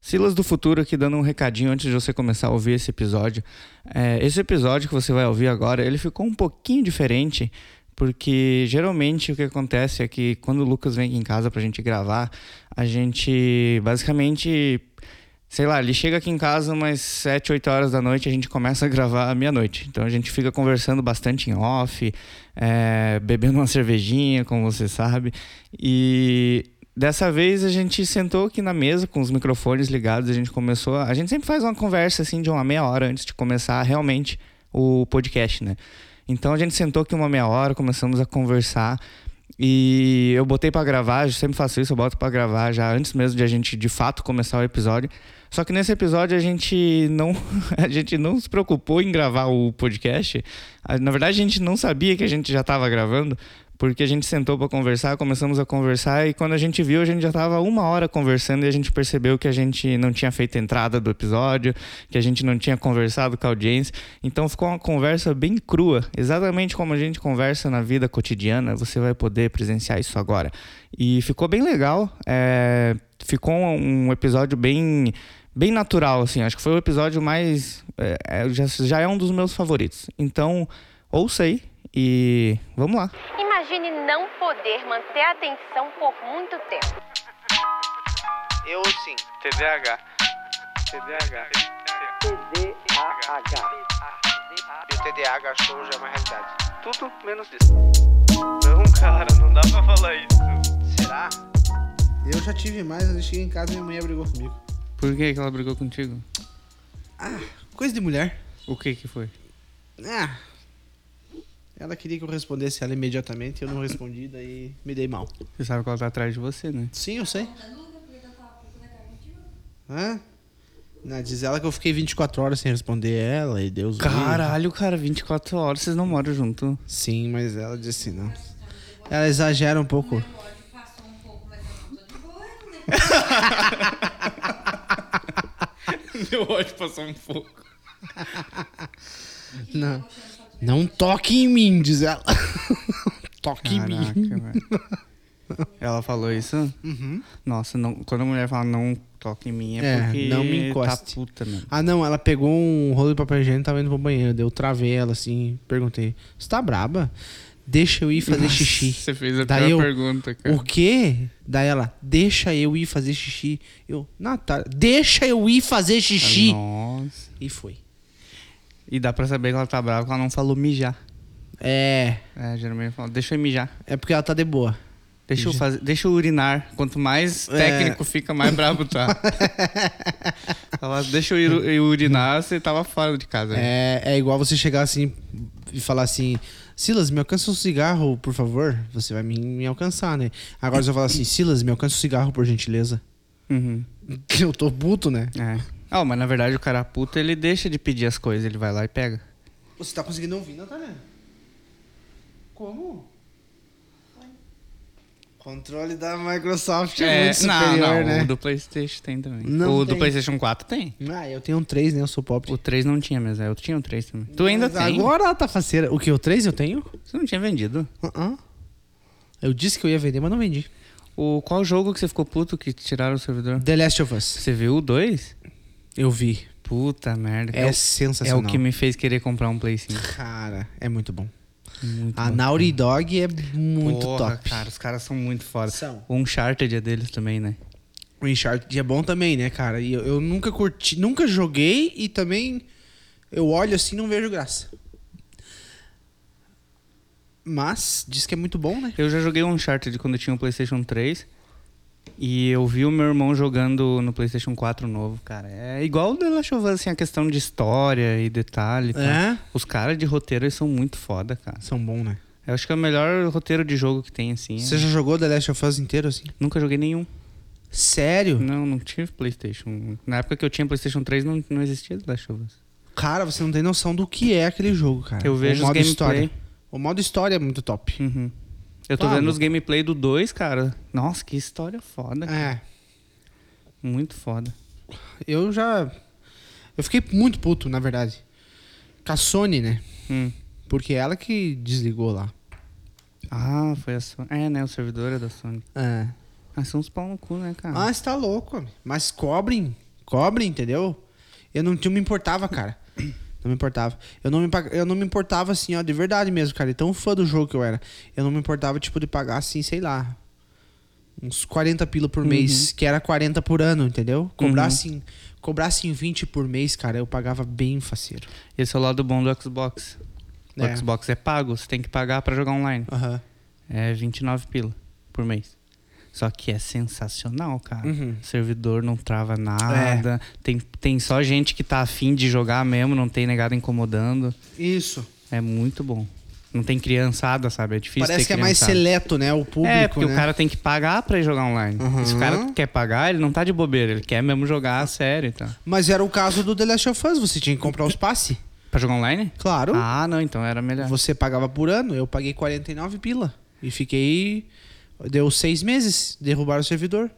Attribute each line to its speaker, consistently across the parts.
Speaker 1: Silas do Futuro aqui dando um recadinho antes de você começar a ouvir esse episódio. É, esse episódio que você vai ouvir agora, ele ficou um pouquinho diferente, porque geralmente o que acontece é que quando o Lucas vem aqui em casa pra gente gravar, a gente basicamente. Sei lá, ele chega aqui em casa umas 7, 8 horas da noite, a gente começa a gravar à meia-noite. Então a gente fica conversando bastante em off, é, bebendo uma cervejinha, como você sabe. E Dessa vez a gente sentou aqui na mesa com os microfones ligados, a gente começou. A, a gente sempre faz uma conversa assim de uma meia hora antes de começar realmente o podcast, né? Então a gente sentou aqui uma meia hora, começamos a conversar e eu botei para gravar, eu sempre faço isso, eu boto para gravar já antes mesmo de a gente de fato começar o episódio. Só que nesse episódio a gente não a gente não se preocupou em gravar o podcast. Na verdade a gente não sabia que a gente já estava gravando, porque a gente sentou para conversar, começamos a conversar e quando a gente viu, a gente já estava uma hora conversando e a gente percebeu que a gente não tinha feito a entrada do episódio, que a gente não tinha conversado com a audiência. Então ficou uma conversa bem crua, exatamente como a gente conversa na vida cotidiana. Você vai poder presenciar isso agora. E ficou bem legal, é... ficou um episódio bem bem natural, assim. Acho que foi o episódio mais. É, já, já é um dos meus favoritos. Então, ouça aí e vamos lá.
Speaker 2: Imagine não poder manter a atenção por muito tempo.
Speaker 3: Eu sim. TDAH. TDAH. TDAH. E o TDAH show já é uma realidade. Tudo menos isso. Não, cara, não dá pra falar isso. Será?
Speaker 4: Eu já tive mais, eu cheguei em casa e minha mãe brigou comigo.
Speaker 1: Por que, que ela brigou contigo?
Speaker 4: Ah, coisa de mulher.
Speaker 1: O que que foi?
Speaker 4: Ah. Ela queria que eu respondesse ela imediatamente, eu não respondi, daí me dei mal.
Speaker 1: Você sabe que ela tá atrás de você, né?
Speaker 4: Sim, eu sei. Hã? Não, diz ela que eu fiquei 24 horas sem responder ela e Deus me livre.
Speaker 1: Caralho, cara, 24 horas vocês não moram junto.
Speaker 4: Sim, mas ela disse não. Ela exagera um pouco.
Speaker 1: Meu ódio passou um pouco.
Speaker 4: Não. Não toque em mim, diz ela. toque em mim.
Speaker 1: Ela falou isso? Nossa, não- quando a mulher fala não toque em mim é,
Speaker 4: Uhum. É,
Speaker 1: porque
Speaker 4: não me encoste.
Speaker 1: tá puta, mano.
Speaker 4: Ah, não, ela pegou um rolo de papel higiênico e tava indo pro banheiro. Daí Eu travei ela assim, perguntei: Você tá braba? Deixa eu ir fazer xixi.
Speaker 1: Você fez a
Speaker 4: Daí
Speaker 1: pior
Speaker 4: eu-
Speaker 1: pergunta, cara.
Speaker 4: O quê? Daí ela: Deixa eu ir fazer xixi. Eu: Natália, deixa eu ir fazer xixi.
Speaker 1: Nossa.
Speaker 4: e foi.
Speaker 1: E dá pra saber que ela tá brava porque ela não falou mijar.
Speaker 4: É,
Speaker 1: É, geralmente fala, deixa eu mijar.
Speaker 4: é porque ela tá de boa.
Speaker 1: Deixa eu, fazer, deixa eu urinar. Quanto mais
Speaker 4: É.
Speaker 1: técnico fica, mais brabo tá. Fala, deixa eu ir- eu urinar, você tava fora de casa. né?
Speaker 4: É, é igual você chegar assim e falar assim: Silas, me alcança um cigarro, por favor. Você vai me, me alcançar, né? Agora você vai falar assim: Silas, me alcança um cigarro, por gentileza.
Speaker 1: Uhum.
Speaker 4: Eu tô puto, né?
Speaker 1: É. Ah, mas na verdade o cara puto, ele deixa de pedir as coisas, ele vai lá e pega.
Speaker 4: Você tá conseguindo ouvir, Natália? Como? Controle da Microsoft é, muito superior,
Speaker 1: não, não,
Speaker 4: né?
Speaker 1: o do Playstation tem também.
Speaker 4: Não
Speaker 1: o do
Speaker 4: tem.
Speaker 1: Playstation 4 tem.
Speaker 4: Ah, eu tenho um 3, né? Eu sou pop.
Speaker 1: O 3 não tinha mesmo, é, eu tinha o 3 também. Tu ainda
Speaker 4: Mas
Speaker 1: tem?
Speaker 4: Agora ela tá faceira. O que? O 3 eu tenho?
Speaker 1: Você não tinha vendido.
Speaker 4: Ah, ah. Eu disse que eu ia vender, mas não vendi.
Speaker 1: O, qual jogo que você ficou puto que tiraram o servidor?
Speaker 4: The Last of Us.
Speaker 1: Você viu o 2?
Speaker 4: Eu vi.
Speaker 1: Puta merda.
Speaker 4: É,
Speaker 1: o- é
Speaker 4: sensacional.
Speaker 1: o que me fez querer comprar um Play 5.
Speaker 4: Cara, é muito bom.
Speaker 1: Muito
Speaker 4: a Naughty Dog é muito
Speaker 1: Porra,
Speaker 4: top.
Speaker 1: Cara, os caras são muito foda.
Speaker 4: São.
Speaker 1: O Uncharted é deles também, né?
Speaker 4: O Uncharted é bom também, né, cara? E eu, eu nunca curti, nunca joguei e também eu olho assim e não vejo graça. Mas diz que é muito bom, né?
Speaker 1: Eu já joguei o Uncharted quando eu tinha o PlayStation 3. E eu vi o meu irmão jogando no PlayStation 4 novo, cara. É igual o The Last of Us, assim, a questão de história e detalhe. e tal.
Speaker 4: É?
Speaker 1: Os caras de roteiro eles são muito foda, cara.
Speaker 4: São bom, né?
Speaker 1: Eu acho que é o melhor roteiro de jogo que tem, assim.
Speaker 4: Você já jogou The Last of Us inteiro assim?
Speaker 1: Nunca joguei nenhum.
Speaker 4: Sério?
Speaker 1: Não, não tive PlayStation. Na época que eu tinha PlayStation 3, não, não existia The Last of Us.
Speaker 4: Cara, você não tem noção do que é aquele jogo, cara.
Speaker 1: Eu vejo
Speaker 4: o
Speaker 1: os
Speaker 4: modo
Speaker 1: gameplay.
Speaker 4: história. O modo história é muito top.
Speaker 1: Uhum. Eu tô
Speaker 4: Claro.
Speaker 1: vendo os gameplay do 2, cara. Nossa, que história foda. cara.
Speaker 4: É.
Speaker 1: Muito foda.
Speaker 4: Eu já eu fiquei muito puto, na verdade. Com a Sony, né?
Speaker 1: Hum.
Speaker 4: Porque ela que desligou lá.
Speaker 1: Ah, foi a Sony. É, né? O servidor é da Sony.
Speaker 4: É.
Speaker 1: Ah, são uns pau no cu, né, cara?
Speaker 4: Ah, você tá louco. homem. Mas cobrem. cobre, entendeu? Eu não, eu me importava, cara. Não me importava. Eu não me, pag- eu não me importava, assim, ó, de verdade mesmo, cara. E tão fã do jogo que eu era. Eu não me importava, tipo, de pagar, assim, sei lá. Uns 40 pila por mês, que era 40 por ano, entendeu? Cobrasse, em, cobrasse em 20 por mês, cara, eu pagava bem faceiro.
Speaker 1: Esse é o lado bom do Xbox. O
Speaker 4: É.
Speaker 1: Xbox é pago, você tem que pagar pra jogar online.
Speaker 4: Aham.
Speaker 1: É 29 pila por mês. Só que é sensacional, cara.
Speaker 4: Uhum. É.
Speaker 1: Servidor não trava nada. Tem, tem só gente que tá afim de jogar mesmo, não tem negado incomodando.
Speaker 4: Isso.
Speaker 1: É muito bom. Não tem criançada, sabe? É difícil
Speaker 4: Parece
Speaker 1: ter
Speaker 4: que é mais
Speaker 1: criançada.
Speaker 4: seleto, né? O público,
Speaker 1: É, porque
Speaker 4: né?
Speaker 1: o cara tem que pagar pra ir jogar online.
Speaker 4: Uhum.
Speaker 1: Se o cara quer pagar, ele não tá de bobeira. Ele quer mesmo jogar a sério, então.
Speaker 4: Mas era o caso do The Last of Us, você tinha que comprar os passe.
Speaker 1: Pra jogar online?
Speaker 4: Claro.
Speaker 1: Ah, não, então era melhor.
Speaker 4: Você pagava por ano, eu paguei 49 pila. E fiquei. Deu seis meses, derrubaram o servidor.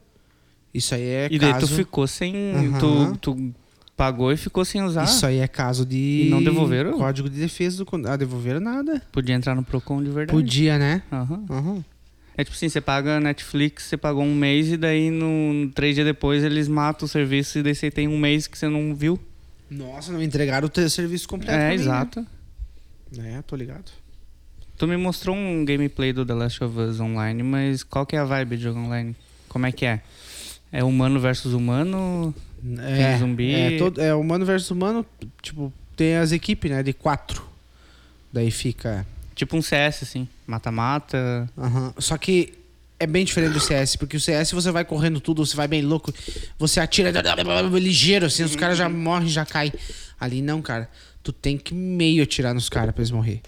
Speaker 4: Isso aí é
Speaker 1: e daí
Speaker 4: caso.
Speaker 1: tu ficou sem.
Speaker 4: Aham.
Speaker 1: Tu, tu pagou e ficou sem usar.
Speaker 4: Isso aí é caso de.
Speaker 1: E não devolveram?
Speaker 4: Código de defesa do. con- Ah, devolveram nada.
Speaker 1: Podia entrar no Procon de verdade.
Speaker 4: Podia, né?
Speaker 1: Aham.
Speaker 4: Aham.
Speaker 1: É tipo assim, você paga Netflix, você pagou um mês e daí no, três dias depois eles matam o serviço e daí você tem um mês que você não viu.
Speaker 4: Nossa, não entregaram o teu serviço completo. pra
Speaker 1: É,
Speaker 4: mim,
Speaker 1: exato.
Speaker 4: Né? É, tô ligado.
Speaker 1: Tu me mostrou um gameplay do The Last of Us online, mas qual que é a vibe de jogo online? Como é que é? É humano versus humano?
Speaker 4: É,
Speaker 1: zumbi.
Speaker 4: É, todo, é humano versus humano, tipo, tem as equipes, né? De quatro. Daí fica. é.
Speaker 1: Tipo um CS, assim. Mata-mata.
Speaker 4: Aham. Só que é bem diferente do CS, porque o CS você vai correndo tudo, você vai bem louco, você atira ligeiro, assim, os caras já morrem, já caem. Ali não, cara. Tu tem que meio atirar nos caras pra eles morrer.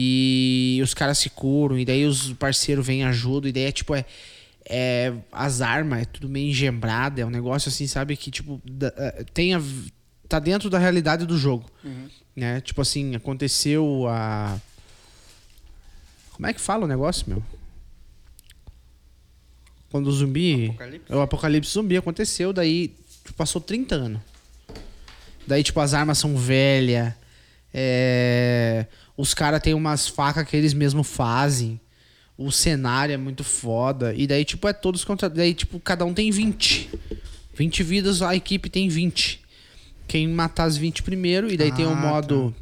Speaker 4: E os caras se curam, e daí os parceiros vêm e ajudam, e daí é tipo, é. é as armas, é tudo meio engembrado, é um negócio assim, sabe, que tipo, da- eh, tem a, tá dentro da realidade do jogo. Né? Tipo assim, aconteceu a. Como é que fala o negócio, meu? Quando o zumbi. É
Speaker 1: Apocalipse?
Speaker 4: O apocalipse zumbi aconteceu, daí tipo, passou 30 anos. Daí, tipo, as armas são velhas. Os caras têm umas facas que eles mesmos fazem. O cenário é muito foda. E daí, tipo, é todos contra. Daí, tipo, cada um tem 20. 20 vidas, a equipe tem 20. Quem matar as 20 primeiro, e daí tem o
Speaker 1: Ah, tá.
Speaker 4: modo.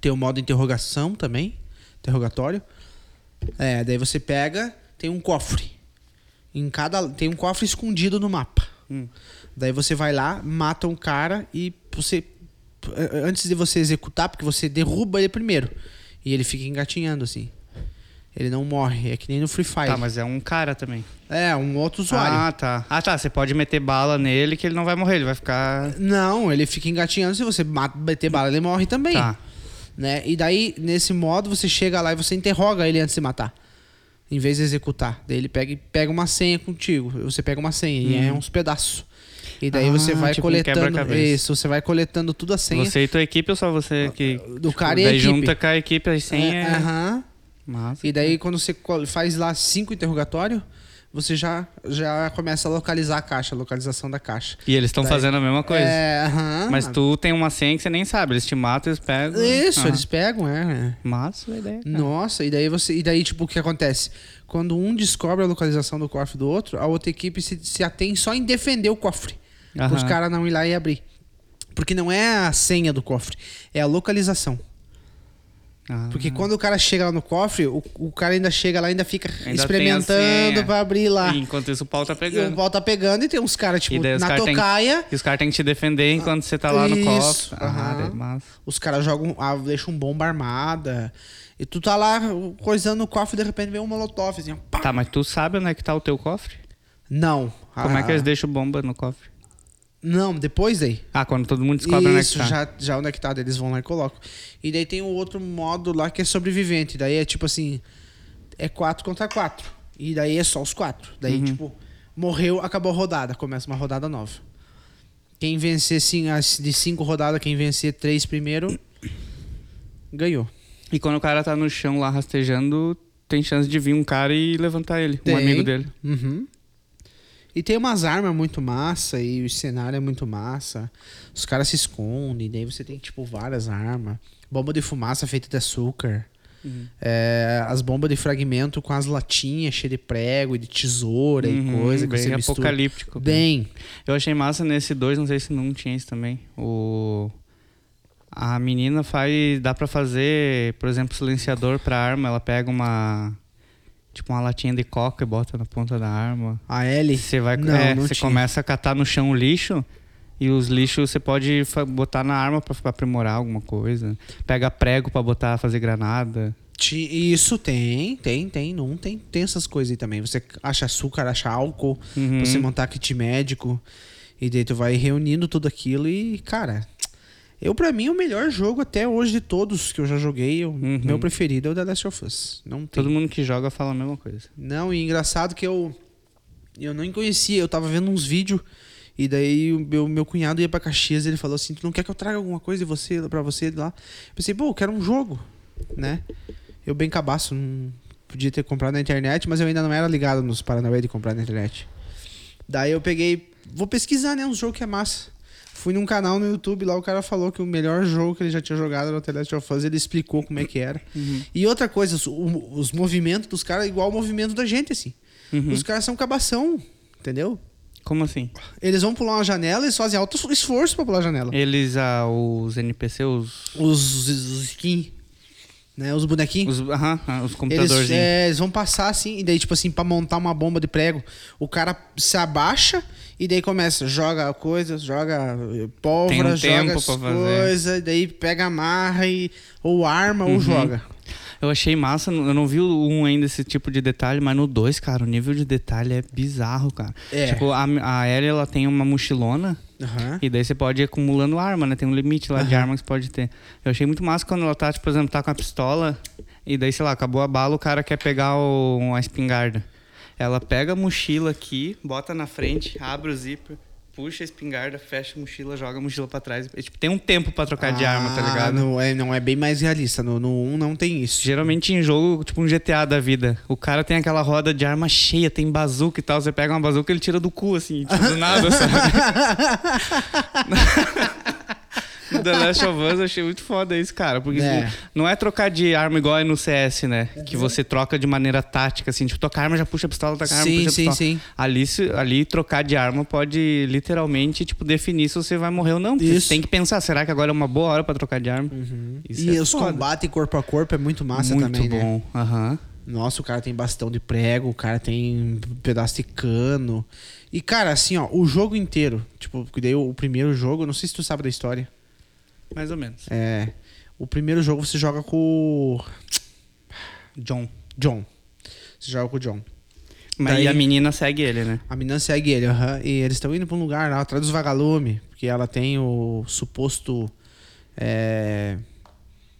Speaker 4: Tem o modo interrogação também. Interrogatório. É, daí você pega, tem um cofre. Em cada. Tem um cofre escondido no mapa.
Speaker 1: Hum.
Speaker 4: Daí você vai lá, mata um cara e você. Antes de você executar, porque você derruba ele primeiro. E ele fica engatinhando, assim. Ele não morre. É que nem no Free Fire.
Speaker 1: Tá, mas é um cara também.
Speaker 4: É, um outro usuário.
Speaker 1: Ah, tá. Ah, tá. Você pode meter bala nele que ele não vai morrer. Ele vai ficar...
Speaker 4: Não, ele fica engatinhando. Se você mata, bater bala, ele morre também.
Speaker 1: Tá.
Speaker 4: Né? E daí, nesse modo, você chega lá e você interroga ele antes de matar. Em vez de executar. Daí ele pega, e pega uma senha contigo. Você pega uma senha e é uns pedaços. E daí
Speaker 1: Uhum. Ah,
Speaker 4: você vai
Speaker 1: tipo um
Speaker 4: coletando.
Speaker 1: quebra-cabeça.
Speaker 4: isso, você vai coletando tudo a senha.
Speaker 1: Você e tua equipe ou só você que...
Speaker 4: Do cara e a
Speaker 1: daí
Speaker 4: equipe.
Speaker 1: junta com a né? equipe as senhas.
Speaker 4: É, aham.
Speaker 1: Massa.
Speaker 4: E daí, quando você col- faz lá cinco interrogatório, você já, já começa a localizar a caixa, a localização da caixa.
Speaker 1: E eles estão
Speaker 4: Daí-
Speaker 1: fazendo a mesma coisa.
Speaker 4: É, aham.
Speaker 1: Mas tu tem uma senha que você nem sabe. Eles te matam, eles pegam.
Speaker 4: Isso,
Speaker 1: Ah.
Speaker 4: eles pegam, é. é.
Speaker 1: Massa a ideia. cara.
Speaker 4: Nossa, e daí você. E daí, tipo, o que acontece? Quando um descobre a localização do cofre do outro, a outra equipe se, se atém só em defender o cofre.
Speaker 1: Aham.
Speaker 4: Os caras não ir lá e abrir. Porque não é a senha do cofre, é a localização.
Speaker 1: Ah.
Speaker 4: Porque quando o cara chega lá no cofre, o, o cara ainda chega lá e ainda fica
Speaker 1: tem a
Speaker 4: experimentando
Speaker 1: senha.
Speaker 4: pra abrir lá.
Speaker 1: E enquanto isso, o pau tá
Speaker 4: E o
Speaker 1: pegando.
Speaker 4: pau tá pegando e tem uns caras,
Speaker 1: E
Speaker 4: tipo,
Speaker 1: daí os
Speaker 4: na
Speaker 1: cara tem-
Speaker 4: tocaia.
Speaker 1: E os caras têm que te defender enquanto você tá lá no
Speaker 4: Isso,
Speaker 1: cofre. Ah,
Speaker 4: aham.
Speaker 1: daí massa.
Speaker 4: Os caras jogam, ah, deixam bomba armada. E tu tá lá coisando o cofre e de repente vem um molotov, assim, ó, pá.
Speaker 1: Tá, mas tu sabe onde é que tá o teu cofre?
Speaker 4: Não.
Speaker 1: Como é que
Speaker 4: Ah,
Speaker 1: eles deixam bomba no cofre?
Speaker 4: Não, depois daí.
Speaker 1: Ah, quando todo mundo descobre onde é que
Speaker 4: Isso,
Speaker 1: tá.
Speaker 4: já, já onde é que tá, daí eles vão lá e colocam. E daí tem o outro modo lá que é sobrevivente. Daí é tipo assim: é 4 contra 4. E daí é só os quatro. Daí,
Speaker 1: Uhum.
Speaker 4: tipo, morreu, acabou a rodada. Começa uma rodada nova. Quem vencer sim, as de cinco rodadas, quem vencer três primeiro, ganhou.
Speaker 1: E quando o cara tá no chão lá rastejando, tem chance de vir um cara e levantar ele,
Speaker 4: Tem.
Speaker 1: um amigo dele.
Speaker 4: Uhum. E tem umas armas muito massa e o cenário é muito massa. Os caras se escondem, daí você tem tipo várias armas. Bomba de fumaça feita de açúcar.
Speaker 1: Uhum.
Speaker 4: É, as bombas de fragmento com as latinhas cheias de prego e de tesoura e coisa. Que
Speaker 1: Uhum, bem
Speaker 4: você mistura.
Speaker 1: apocalíptico.
Speaker 4: Bem,
Speaker 1: Eu achei massa nesse 2, não sei se não tinha isso também. O a menina faz, dá pra fazer, por exemplo, silenciador pra arma, ela pega uma tipo uma latinha de coca e bota na ponta da arma.
Speaker 4: a L.
Speaker 1: E você vai,
Speaker 4: Não,
Speaker 1: é,
Speaker 4: não
Speaker 1: você
Speaker 4: tinha.
Speaker 1: começa a catar no chão o lixo e os lixos você pode fa- botar na arma pra pra aprimorar alguma coisa. Pega prego pra botar, fazer granada.
Speaker 4: Ti- Isso tem, tem, tem. Não tem, tem essas coisas aí também. Você acha açúcar, acha álcool,
Speaker 1: Uhum.
Speaker 4: pra você montar kit médico. E daí tu vai reunindo tudo aquilo e, cara. Eu, pra mim, é o melhor jogo até hoje de todos que eu já joguei, o meu preferido é o The Last of Us. Não tem.
Speaker 1: Todo mundo que joga fala a mesma coisa.
Speaker 4: Não, e engraçado que eu. Eu nem conhecia, eu tava vendo uns vídeos. E daí o meu, meu cunhado ia pra Caxias e ele falou assim: Tu não quer que eu traga alguma coisa de você, pra você lá? Eu pensei, pô, eu quero um jogo, né? Eu bem cabaço, não podia ter comprado na internet, mas eu ainda não era ligado nos Paranauê de comprar na internet. Daí eu peguei, vou pesquisar, né? Um jogo que é massa. Fui num canal no YouTube, lá o cara falou que o melhor jogo que ele já tinha jogado era o The Last of Us, ele explicou como é que era. E outra coisa, os, o- os movimentos dos caras é igual o movimento da gente, assim.
Speaker 1: Uhum.
Speaker 4: Os caras são cabação, entendeu?
Speaker 1: Como assim?
Speaker 4: Eles vão pular uma janela e fazem alto esforço pra pular a janela.
Speaker 1: Eles, ah, os NPC, os.
Speaker 4: Os, os, os skin, né? Os bonequinhos.
Speaker 1: Os, aham, ah, os
Speaker 4: Eles,
Speaker 1: computadorzinhos.
Speaker 4: é, eles vão passar assim, e daí, tipo assim, pra montar uma bomba de prego, o cara se abaixa e daí começa, joga coisa, joga eh, pólvora, joga
Speaker 1: um tempo
Speaker 4: as
Speaker 1: pra fazer.
Speaker 4: coisas, e daí pega amarra e ou arma
Speaker 1: Uhum.
Speaker 4: ou joga.
Speaker 1: Eu achei massa, eu não vi o um ainda esse tipo de detalhe, mas no dois cara, o nível de detalhe é bizarro, cara.
Speaker 4: É.
Speaker 1: Tipo, a, a Ellie, ela tem uma mochilona
Speaker 4: Aham.
Speaker 1: e daí você pode ir acumulando arma, né? Tem um limite lá de arma que você pode ter. Eu achei muito massa quando ela tá, tipo, por exemplo, tá com a pistola e daí, sei lá, acabou a bala, o cara quer pegar o, a espingarda. Ela pega a mochila aqui, bota na frente, abre o zíper, puxa a espingarda, fecha a mochila, joga a mochila pra trás. E, tipo, tem um tempo pra trocar de arma, tá
Speaker 4: Ah,
Speaker 1: ligado?
Speaker 4: Não é, não é bem mais realista. No 1 não tem isso.
Speaker 1: Geralmente em jogo, tipo um GTA da vida, o cara tem aquela roda de arma cheia, tem bazuca e tal. Você pega uma bazuca, ele tira do cu, assim, tipo, do nada, sabe? No The Last of Us eu achei muito foda isso, cara. Porque
Speaker 4: É.
Speaker 1: tipo, não é trocar de arma igual é no CS, né? Que você troca de maneira tática, assim, tipo, toca a arma, já puxa a pistola, toca a arma,
Speaker 4: Sim,
Speaker 1: puxa a
Speaker 4: sim,
Speaker 1: pistola.
Speaker 4: sim.
Speaker 1: Ali, se- ali trocar de arma pode literalmente, tipo, definir se você vai morrer ou não. Porque
Speaker 4: Isso. Uhum.
Speaker 1: Você tem que pensar, será que agora é uma boa hora pra trocar de arma? Isso
Speaker 4: e
Speaker 1: é
Speaker 4: os
Speaker 1: foda.
Speaker 4: combates corpo a corpo é muito massa
Speaker 1: Muito
Speaker 4: também, né?
Speaker 1: bom. Aham.
Speaker 4: Nossa, o cara tem bastão de prego, o cara tem um pedaço de cano. E, cara, assim, ó, o jogo inteiro. Tipo, porque daí o o primeiro jogo, eu não sei se tu sabe da história.
Speaker 1: Mais ou menos.
Speaker 4: É. O primeiro jogo você joga com o
Speaker 1: John.
Speaker 4: John. Você joga com o John.
Speaker 1: Mas
Speaker 4: Daí-
Speaker 1: e a menina segue ele, né?
Speaker 4: A menina segue ele, aham. E eles estão indo pra um lugar lá atrás dos vagalumes, porque ela tem o suposto. É,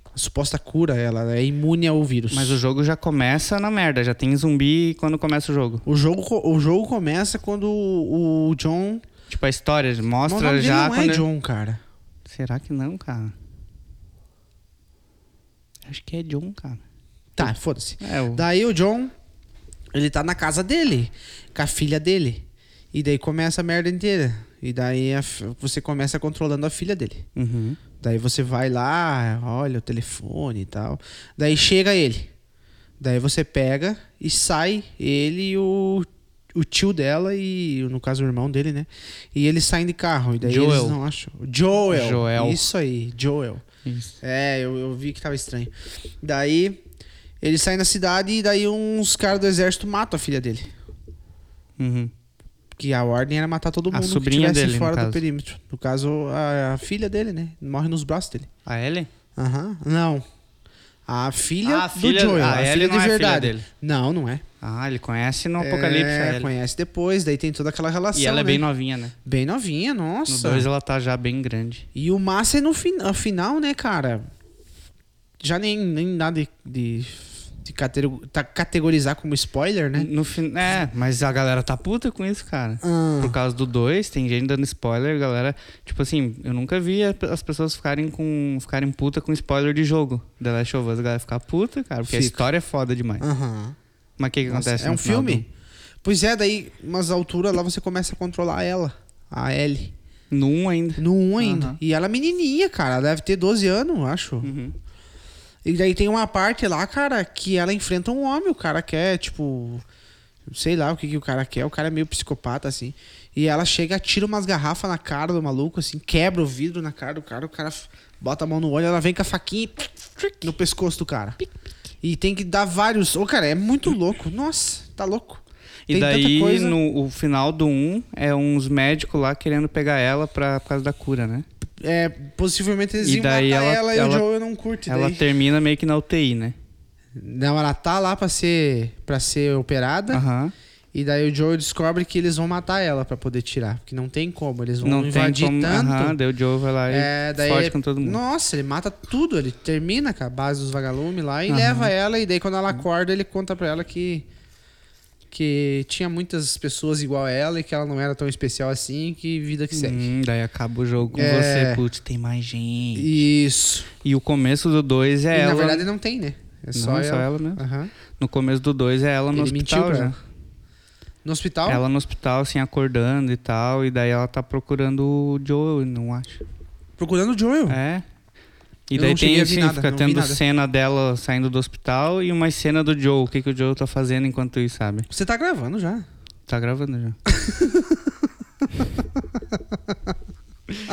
Speaker 4: a suposta cura, ela é imune ao vírus.
Speaker 1: Mas o jogo já começa na merda, já tem zumbi quando começa o jogo.
Speaker 4: o jogo, co- o jogo começa quando o o John.
Speaker 1: Tipo, a história
Speaker 4: Mas o nome
Speaker 1: mostra
Speaker 4: dele
Speaker 1: já
Speaker 4: não
Speaker 1: quando.
Speaker 4: é John, cara.
Speaker 1: Será que não, cara? Acho que é John, cara.
Speaker 4: Tá, foda-se.
Speaker 1: É, o-
Speaker 4: Daí o John, ele tá na casa dele, com a filha dele. E daí começa a merda inteira. E daí a fi- você começa controlando a filha dele.
Speaker 1: Uhum.
Speaker 4: Daí você vai lá, olha o telefone e tal. Daí chega ele. Daí você pega e sai ele e o, o tio dela e, no caso, o irmão dele, né? E eles saem de carro. E daí eles
Speaker 1: Joel.
Speaker 4: não acham. Joel.
Speaker 1: Joel.
Speaker 4: Isso aí, Joel.
Speaker 1: Isso.
Speaker 4: É, eu, eu vi que tava estranho. Daí eles saem na cidade e daí uns caras do exército matam a filha dele.
Speaker 1: Uhum.
Speaker 4: Que a ordem era matar todo
Speaker 1: A
Speaker 4: mundo que
Speaker 1: sobrinha
Speaker 4: estivesse
Speaker 1: dele, no
Speaker 4: fora do
Speaker 1: caso.
Speaker 4: perímetro. No caso, a, a filha dele, né? Morre nos braços dele.
Speaker 1: A Ellie?
Speaker 4: Aham. Não. A filha
Speaker 1: Ah, a
Speaker 4: do
Speaker 1: filha-
Speaker 4: Joel.
Speaker 1: ah,
Speaker 4: A,
Speaker 1: ela
Speaker 4: filha
Speaker 1: não
Speaker 4: de
Speaker 1: é a filha
Speaker 4: verdade.
Speaker 1: dele.
Speaker 4: Não, não é.
Speaker 1: Ah, ele conhece no Apocalipse a
Speaker 4: é,
Speaker 1: Ellie.
Speaker 4: conhece depois, daí tem toda aquela relação.
Speaker 1: E ela é
Speaker 4: né?
Speaker 1: bem novinha, né?
Speaker 4: Bem novinha,
Speaker 1: No
Speaker 4: nossa.
Speaker 1: 2 ela tá já bem grande.
Speaker 4: E o massa é no fina- final, né, cara? Já nem, nem dá de, de, de catero- tá- categorizar como spoiler, né?
Speaker 1: No fin... É, mas a galera tá puta com isso, cara.
Speaker 4: Ah.
Speaker 1: Por causa do 2, tem gente dando spoiler, galera. Tipo assim, eu nunca vi a- as pessoas ficarem com. ficarem puta com spoiler de jogo. The Last of Us, a galera ficar puta, cara, porque a
Speaker 4: Fica.
Speaker 1: história é foda demais.
Speaker 4: Aham.
Speaker 1: Mas o que, que
Speaker 4: Nossa,
Speaker 1: acontece?
Speaker 4: é
Speaker 1: no
Speaker 4: um
Speaker 1: final
Speaker 4: filme? Pois é, daí, umas alturas lá você começa a controlar ela, a Ellie.
Speaker 1: Do... No 1 ainda.
Speaker 4: No 1 ainda.
Speaker 1: Aham. Uhum.
Speaker 4: E ela é menininha, cara. Ela deve ter 12 anos, eu acho. E daí tem uma parte lá, cara, que ela enfrenta um homem. O cara quer, tipo. Sei lá o que, que o cara quer. O cara é meio psicopata, assim. E ela chega, tira umas garrafas na cara do maluco, assim, quebra o vidro na cara do cara. O cara f- bota a mão no olho, ela vem com a faquinha e no pescoço do cara. E tem que dar vários. Ô, cara, é muito louco. Nossa, tá louco.
Speaker 1: E
Speaker 4: Tem tanta
Speaker 1: daí,
Speaker 4: coisa.
Speaker 1: no o final do 1, é uns médicos lá querendo pegar ela pra, por causa da cura, né?
Speaker 4: É, possivelmente eles
Speaker 1: E
Speaker 4: iam
Speaker 1: daí
Speaker 4: matar
Speaker 1: ela-
Speaker 4: ela, e o
Speaker 1: ela-
Speaker 4: Joel não curte.
Speaker 1: Ela
Speaker 4: daí.
Speaker 1: termina meio que na UTI, né?
Speaker 4: Não, ela tá lá pra ser, pra ser operada.
Speaker 1: Aham.
Speaker 4: E daí o Joel descobre que eles vão matar ela pra poder tirar. Porque não tem como, eles vão
Speaker 1: Não tem
Speaker 4: invadir
Speaker 1: como...
Speaker 4: tanto.
Speaker 1: Aham, daí o Joe vai lá e
Speaker 4: É, daí
Speaker 1: fode com todo mundo.
Speaker 4: Nossa, ele mata tudo. Ele termina com a base dos vagalumes lá e
Speaker 1: Aham.
Speaker 4: leva ela. E daí quando ela acorda, ele conta pra ela que... Que tinha muitas pessoas igual a ela e que ela não era tão especial assim. Que vida que segue.
Speaker 1: Hum, daí acaba o jogo com você,
Speaker 4: É.
Speaker 1: putz, tem mais gente. E,
Speaker 4: Isso.
Speaker 1: o começo do 2 é
Speaker 4: E,
Speaker 1: ela.
Speaker 4: na verdade não tem, né? É
Speaker 1: Não,
Speaker 4: só ela.
Speaker 1: é só ela mesmo.
Speaker 4: Aham.
Speaker 1: No começo do 2 é ela no
Speaker 4: Ele mentiu
Speaker 1: hospital
Speaker 4: pra
Speaker 1: já.
Speaker 4: ela. No hospital?
Speaker 1: Ela no hospital, assim, acordando e tal. E daí ela tá procurando o Joe, não acho.
Speaker 4: Procurando o Joel.
Speaker 1: É. E
Speaker 4: Hum. Eu
Speaker 1: daí
Speaker 4: não cheguei
Speaker 1: tem
Speaker 4: a ver
Speaker 1: assim,
Speaker 4: nada,
Speaker 1: fica
Speaker 4: não vi
Speaker 1: tendo
Speaker 4: nada.
Speaker 1: cena dela saindo do hospital e uma cena do Joe. O que, que o Joe tá fazendo enquanto isso, sabe?
Speaker 4: Você tá gravando já.
Speaker 1: Tá gravando já.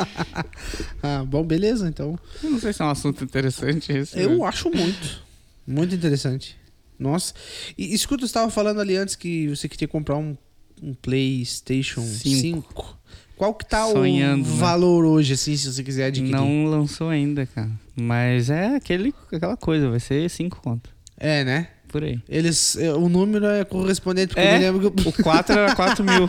Speaker 4: Ah, bom, beleza, então.
Speaker 1: Eu não sei se é um assunto interessante esse. né?
Speaker 4: Eu acho muito. Muito interessante. Nossa. E escuta, você estava falando ali antes que você queria comprar um, um PlayStation
Speaker 1: Cinco.
Speaker 4: 5. Qual que tá
Speaker 1: Sonhando, né?
Speaker 4: o valor hoje, assim, se você quiser adquirir?
Speaker 1: Não lançou ainda, cara. Mas é aquele, aquela coisa, vai ser cinco conto.
Speaker 4: É, né?
Speaker 1: Por aí.
Speaker 4: Eles, é, o número é correspondente, porque
Speaker 1: É.
Speaker 4: eu me lembro que eu-
Speaker 1: O 4 era 4 mil.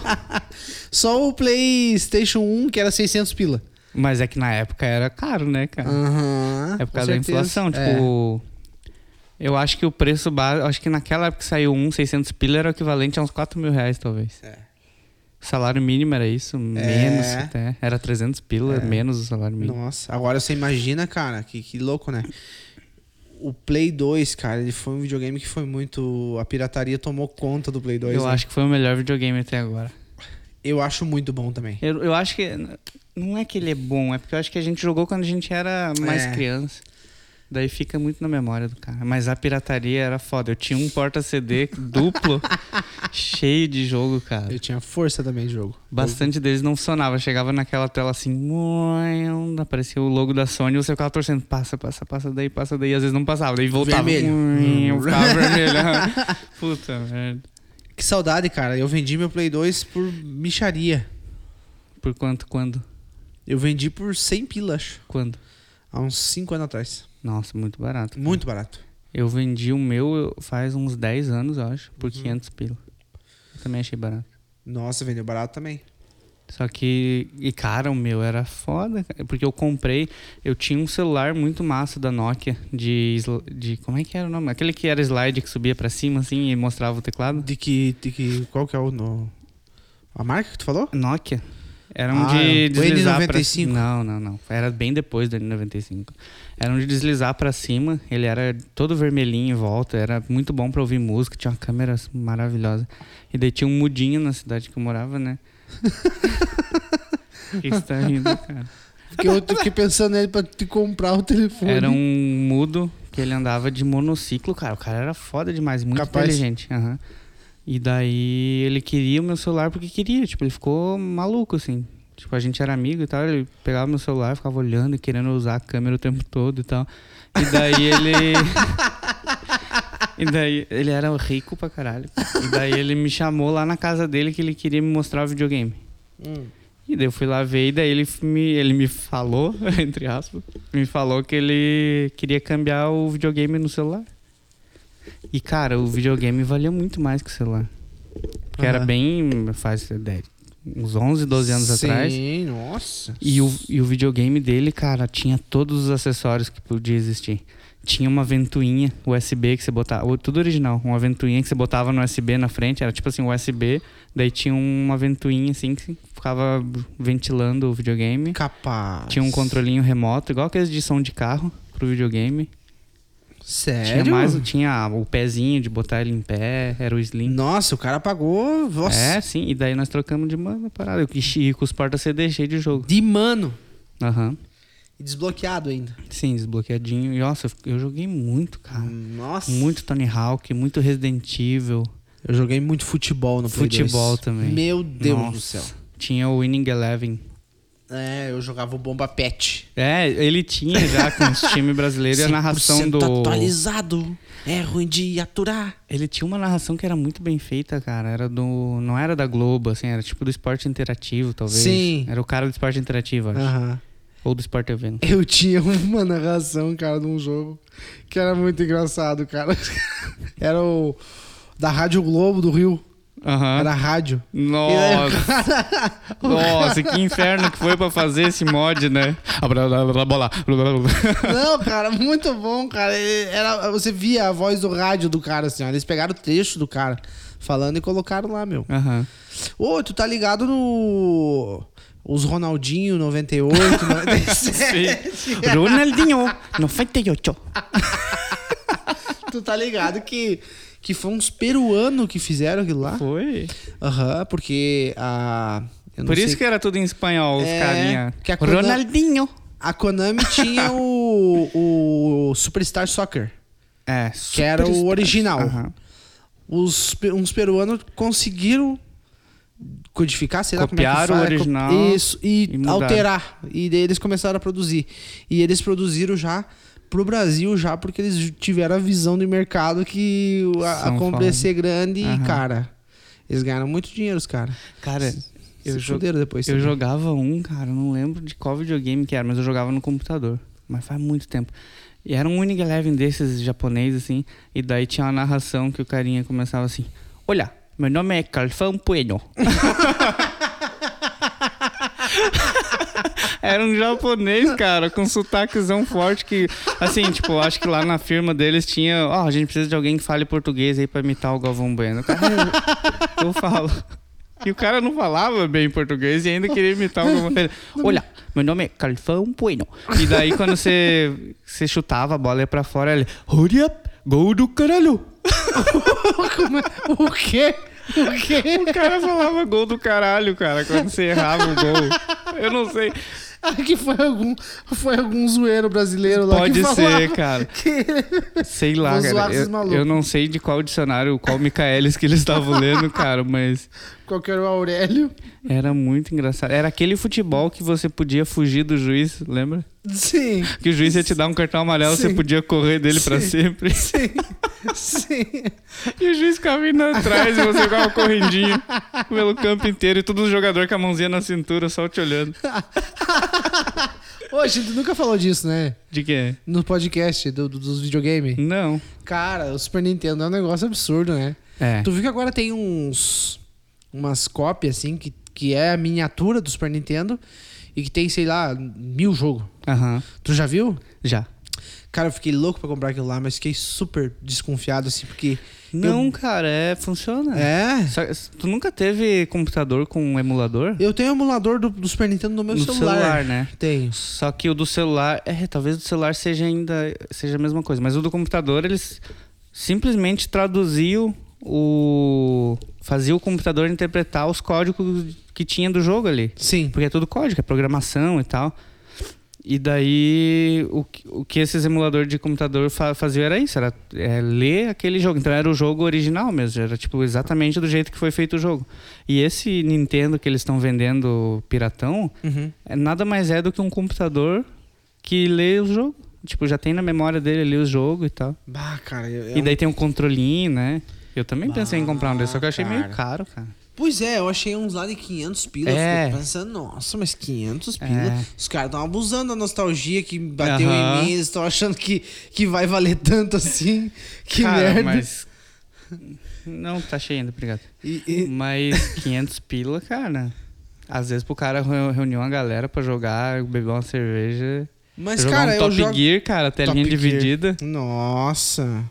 Speaker 4: só o PlayStation 1 que era 600 pila.
Speaker 1: Mas é que na época era caro, né, cara?
Speaker 4: Aham.
Speaker 1: É por
Speaker 4: Ah, com
Speaker 1: causa da
Speaker 4: certeza.
Speaker 1: inflação,
Speaker 4: É.
Speaker 1: tipo. Eu acho que o preço básico. Acho que naquela época que saiu um, 600 pila era o equivalente a uns 4 mil reais, talvez.
Speaker 4: É.
Speaker 1: O salário mínimo era isso, menos até. Era 300
Speaker 4: É.
Speaker 1: pila, menos o salário mínimo.
Speaker 4: Nossa, agora você imagina, cara, que, que louco, né? O Play 2, cara, ele foi um videogame que foi muito. A pirataria tomou conta do Play 2.
Speaker 1: eu
Speaker 4: né?
Speaker 1: acho que foi o melhor videogame até agora.
Speaker 4: eu acho muito bom também.
Speaker 1: Eu, eu acho que. Não é que ele é bom, é porque eu acho que a gente jogou quando a gente era mais
Speaker 4: É.
Speaker 1: criança. Daí fica muito na memória do cara. Mas a pirataria era foda. Eu tinha um porta-CD duplo, cheio de jogo, cara.
Speaker 4: Eu tinha um força também de jogo.
Speaker 1: Bastante deles não funcionava. Chegava naquela tela assim, muim, aparecia o logo da Sony e você ficava torcendo, passa, passa, passa daí, passa daí. Às vezes não passava, daí voltava.
Speaker 4: Vermelho. Hum.
Speaker 1: muim, eu ficava vermelho. Puta merda.
Speaker 4: Que saudade, cara. Eu vendi meu Play 2 por micharia.
Speaker 1: Por quanto? Quando?
Speaker 4: Eu vendi por 100 pila, acho.
Speaker 1: Quando?
Speaker 4: Há uns 5 anos atrás.
Speaker 1: Nossa, muito barato.
Speaker 4: Muito barato.
Speaker 1: Eu vendi o meu faz uns 10 anos, eu acho, por 500 pila. Eu também achei barato.
Speaker 4: Nossa, vendeu barato também.
Speaker 1: Só que, e cara, o meu era foda, cara, porque eu comprei, eu tinha um celular muito massa da Nokia, de, sl- de como é que era o nome? Aquele que era slide que subia pra cima assim e mostrava o teclado?
Speaker 4: De que. De que qual que é o. No... A marca que tu falou?
Speaker 1: Nokia. Era um
Speaker 4: Ah,
Speaker 1: de
Speaker 4: o
Speaker 1: deslizar pra
Speaker 4: N95.
Speaker 1: Não, não, não. Era bem depois do N95. Era um de deslizar pra cima, ele era todo vermelhinho em volta, era muito bom pra ouvir música, tinha uma câmera assim, maravilhosa. E daí tinha um mudinho na cidade que eu morava, né? Por que você tá rindo, cara?
Speaker 4: Porque eu fiquei pensando nele pra te comprar o telefone.
Speaker 1: Era um mudo que ele andava de monociclo, cara. O cara era foda demais, muito
Speaker 4: Capaz.
Speaker 1: inteligente. aham. E daí ele queria o meu celular porque queria, tipo, ele ficou maluco, assim. Tipo, a gente era amigo e tal, ele pegava meu celular, ficava olhando e querendo usar a câmera o tempo todo e tal. E daí ele. e daí ele era rico pra caralho. E daí ele me chamou lá na casa dele que ele queria me mostrar o videogame.
Speaker 4: Hum.
Speaker 1: E daí eu fui lá ver, e daí ele f- me, ele me falou, entre aspas, me falou que ele queria cambiar o videogame no celular. E, cara, o videogame valia muito mais que o celular. Porque era
Speaker 4: Aham.
Speaker 1: bem, faz é, dez- uns 11, 12 anos
Speaker 4: Sim,
Speaker 1: atrás.
Speaker 4: Sim, nossa.
Speaker 1: E o, e o videogame dele, cara, tinha todos os acessórios que podia existir. Tinha uma ventoinha USB que você botava, ou tudo original, uma ventoinha que você botava no USB na frente, era tipo assim, USB, daí tinha uma ventoinha assim que ficava ventilando o videogame.
Speaker 4: Capaz.
Speaker 1: Tinha um controlinho remoto, igual aqueles de som de carro pro videogame.
Speaker 4: Sério?
Speaker 1: Tinha mais, tinha o pezinho de botar ele em pé, era o slim.
Speaker 4: Nossa, o cara pagou. Nossa.
Speaker 1: É, sim, e daí nós trocamos de mano, parada. E com os porta CD cheio de jogo.
Speaker 4: De mano.
Speaker 1: Aham.
Speaker 4: E desbloqueado ainda.
Speaker 1: Sim, desbloqueadinho. E, nossa, eu fico- eu joguei muito, cara.
Speaker 4: Nossa.
Speaker 1: Ah, Muito Tony Hawk, muito Resident Evil.
Speaker 4: Eu joguei muito futebol no Play 2.
Speaker 1: Futebol também.
Speaker 4: Meu Deus
Speaker 1: Nossa.
Speaker 4: do céu.
Speaker 1: Tinha o Winning Eleven.
Speaker 4: É, eu jogava o Bomba Pet.
Speaker 1: É, ele tinha já com os times brasileiros e a narração
Speaker 4: 100%
Speaker 1: do.
Speaker 4: atualizado. É ruim de aturar.
Speaker 1: Ele tinha uma narração que era muito bem feita, cara. Era do. Não era da Globo, assim, era tipo do esporte interativo, talvez.
Speaker 4: Sim. Ah.
Speaker 1: Era o cara do esporte interativo, acho. Ou do Sport TV. né?
Speaker 4: Eu tinha uma narração, cara, de um jogo que era muito engraçado, cara. Era o da Rádio Globo do Rio.
Speaker 1: Aham.
Speaker 4: Era a rádio.
Speaker 1: Nossa, nossa, que inferno que foi pra fazer esse mod, né? Ah, blá, blá, blá, blá, blá, blá.
Speaker 4: Não, cara, muito bom, cara. E Era, você via a voz do rádio do cara, assim, ó. Eles pegaram o trecho do cara falando e colocaram lá, meu.
Speaker 1: Aham.
Speaker 4: Ô, tu tá ligado no. Os Ronaldinho 98, 97.
Speaker 1: Ronaldinho, 98.
Speaker 4: tu tá ligado que, que foi uns peruanos que fizeram aquilo lá?
Speaker 1: Foi.
Speaker 4: Aham, porque a. eu não
Speaker 1: Por isso
Speaker 4: sei-
Speaker 1: que era tudo em espanhol, os
Speaker 4: É,
Speaker 1: carinha.
Speaker 4: que a coisa-
Speaker 1: Ronaldinho.
Speaker 4: A Konami tinha o, o Superstar Soccer.
Speaker 1: É,
Speaker 4: Que era o
Speaker 1: superstar.
Speaker 4: original.
Speaker 1: Aham.
Speaker 4: Os, pe- uns peruanos conseguiram codificar, sei lá
Speaker 1: Copiar
Speaker 4: como é que fala,
Speaker 1: o original
Speaker 4: co- Isso, e,
Speaker 1: e mudar.
Speaker 4: alterar. E daí eles começaram a produzir. E eles produziram já pro Brasil já, porque eles tiveram a visão de mercado que o- a, a
Speaker 1: São
Speaker 4: compra ia
Speaker 1: Paulo.
Speaker 4: ser grande e, cara, eles ganharam muito dinheiro, os caras.
Speaker 1: Cara, eu,
Speaker 4: Se
Speaker 1: jo-
Speaker 4: fuderam depois.
Speaker 1: eu
Speaker 4: também.
Speaker 1: jogava um, cara, eu não lembro de qual videogame que era, mas eu jogava no computador. Mas faz muito tempo. E era um Winning Eleven desses japoneses, assim. E daí tinha uma narração que o carinha começava assim: Olha, meu nome é Calfão Pueno. Era um japonês, cara, com sotaquezão forte que, assim, tipo, acho que lá na firma deles tinha, ó, a gente precisa de alguém que fale português aí pra imitar o Galvão Bueno. Cara, eu, eu falo. E o cara não falava bem português e ainda queria imitar o Galvão Bueno. Olha, meu nome é Calfão Bueno. E daí quando você, você chutava a bola ia pra fora, ele, hurry up, gol do caralho.
Speaker 4: é? O quê? O quê?
Speaker 1: O cara falava gol do caralho, cara, quando você errava o gol. Eu não sei.
Speaker 4: Ah, que foi algum, foi algum zoeiro brasileiro lá que
Speaker 1: Pode
Speaker 4: falava
Speaker 1: ser, cara.
Speaker 4: que-
Speaker 1: Sei lá,
Speaker 4: Vou zoar
Speaker 1: cara.
Speaker 4: com
Speaker 1: Eu,
Speaker 4: esses malucos.
Speaker 1: eu não sei de qual dicionário, qual Michaelis que eles estavam lendo, cara, mas
Speaker 4: Qual que era o Aurélio?
Speaker 1: era muito engraçado. Era aquele futebol que você podia fugir do juiz, lembra?
Speaker 4: Sim.
Speaker 1: Que o juiz ia te dar um cartão amarelo, você
Speaker 4: Sim.
Speaker 1: podia correr dele pra
Speaker 4: Sim.
Speaker 1: sempre.
Speaker 4: Sim. Sim.
Speaker 1: E o juiz ficava indo atrás e você ficava correndinho pelo campo inteiro e todo o jogador com a mãozinha na cintura, só te olhando.
Speaker 4: Ô, a gente nunca falou disso, né?
Speaker 1: De quê?
Speaker 4: No podcast do- do- dos videogames.
Speaker 1: Não.
Speaker 4: Cara, o Super Nintendo é um negócio absurdo, né?
Speaker 1: É.
Speaker 4: Tu viu que agora tem uns. umas cópias, assim, que, que é a miniatura do Super Nintendo e que tem, sei lá, mil jogos.
Speaker 1: Aham.
Speaker 4: Tu já viu?
Speaker 1: Já.
Speaker 4: Cara, eu fiquei louco pra comprar aquilo lá, mas fiquei super desconfiado, assim, porque.
Speaker 1: Não, cara, é, funciona.
Speaker 4: É.
Speaker 1: Só- tu nunca teve computador com um emulador?
Speaker 4: Eu tenho o emulador do, do Super Nintendo no meu
Speaker 1: No
Speaker 4: celular.
Speaker 1: celular, né?
Speaker 4: Tenho.
Speaker 1: Só que o do celular, é, talvez o do celular seja ainda seja a mesma coisa, mas o do computador eles simplesmente traduziam o fazia o computador interpretar os códigos que tinha do jogo ali,
Speaker 4: Sim.
Speaker 1: porque é tudo código, é programação e tal. E daí o, que- o que esses emuladores de computador fa faziam era isso, era é, ler aquele jogo. Então era o jogo original mesmo, era tipo exatamente do jeito que foi feito o jogo. E esse Nintendo que eles estão vendendo piratão,
Speaker 4: Uhum.
Speaker 1: é, nada mais é do que um computador que lê o jogo. Tipo, já tem na memória dele ali o jogo e tal.
Speaker 4: Bah, cara. eu- é
Speaker 1: e
Speaker 4: um- Ah,
Speaker 1: daí tem um controlinho, né? Eu também pensei em comprar um desse, só que eu achei
Speaker 4: Bah,
Speaker 1: meio caro, cara.
Speaker 4: Pois é, eu achei uns lá de 500 pila.
Speaker 1: É.
Speaker 4: Eu fiquei pensando, nossa, mas 500 pila?
Speaker 1: É.
Speaker 4: Os caras estão abusando da nostalgia que bateu
Speaker 1: Aham.
Speaker 4: em mim. Eles estão achando que, que vai valer tanto assim. Que
Speaker 1: cara,
Speaker 4: merda.
Speaker 1: mas. Não, tá cheio ainda, obrigado.
Speaker 4: E- e-
Speaker 1: Mas 500 pila, cara. Às vezes pro cara reu- reunir uma galera pra jogar, beber uma cerveja.
Speaker 4: mas,
Speaker 1: jogar
Speaker 4: cara,
Speaker 1: um
Speaker 4: eu
Speaker 1: Top
Speaker 4: jogo...
Speaker 1: Gear, cara, telinha
Speaker 4: Top Gear.
Speaker 1: dividida.
Speaker 4: Nossa.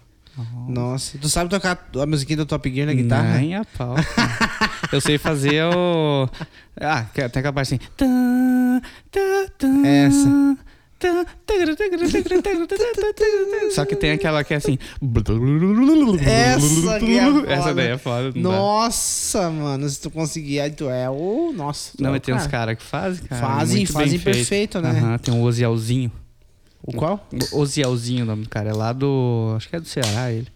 Speaker 4: Nossa. Tu sabe tocar a musiquinha do Top Gear é na guitarra?
Speaker 1: Nem a pau. cara. Eu sei fazer o. é, Ah, que- tem aquela parte assim. Tá, tá, tá,
Speaker 4: É Essa.
Speaker 1: tá, tá, tá, tá, Só que tem aquela que é assim.
Speaker 4: Essa que é foda.
Speaker 1: Essa daí é foda. Não, dá.
Speaker 4: Nossa, mano, se tu conseguir, aí tu é o. Nossa. tu
Speaker 1: não
Speaker 4: é
Speaker 1: mas
Speaker 4: o
Speaker 1: tem uns caras que fazem, cara.
Speaker 4: Fazem,
Speaker 1: muito bem
Speaker 4: fazem
Speaker 1: feito.
Speaker 4: perfeito, né?
Speaker 1: Aham, tem um Ozielzinho.
Speaker 4: O qual?
Speaker 1: O Ozielzinho, o nome do cara. É lá do. Acho que é do Ceará ele.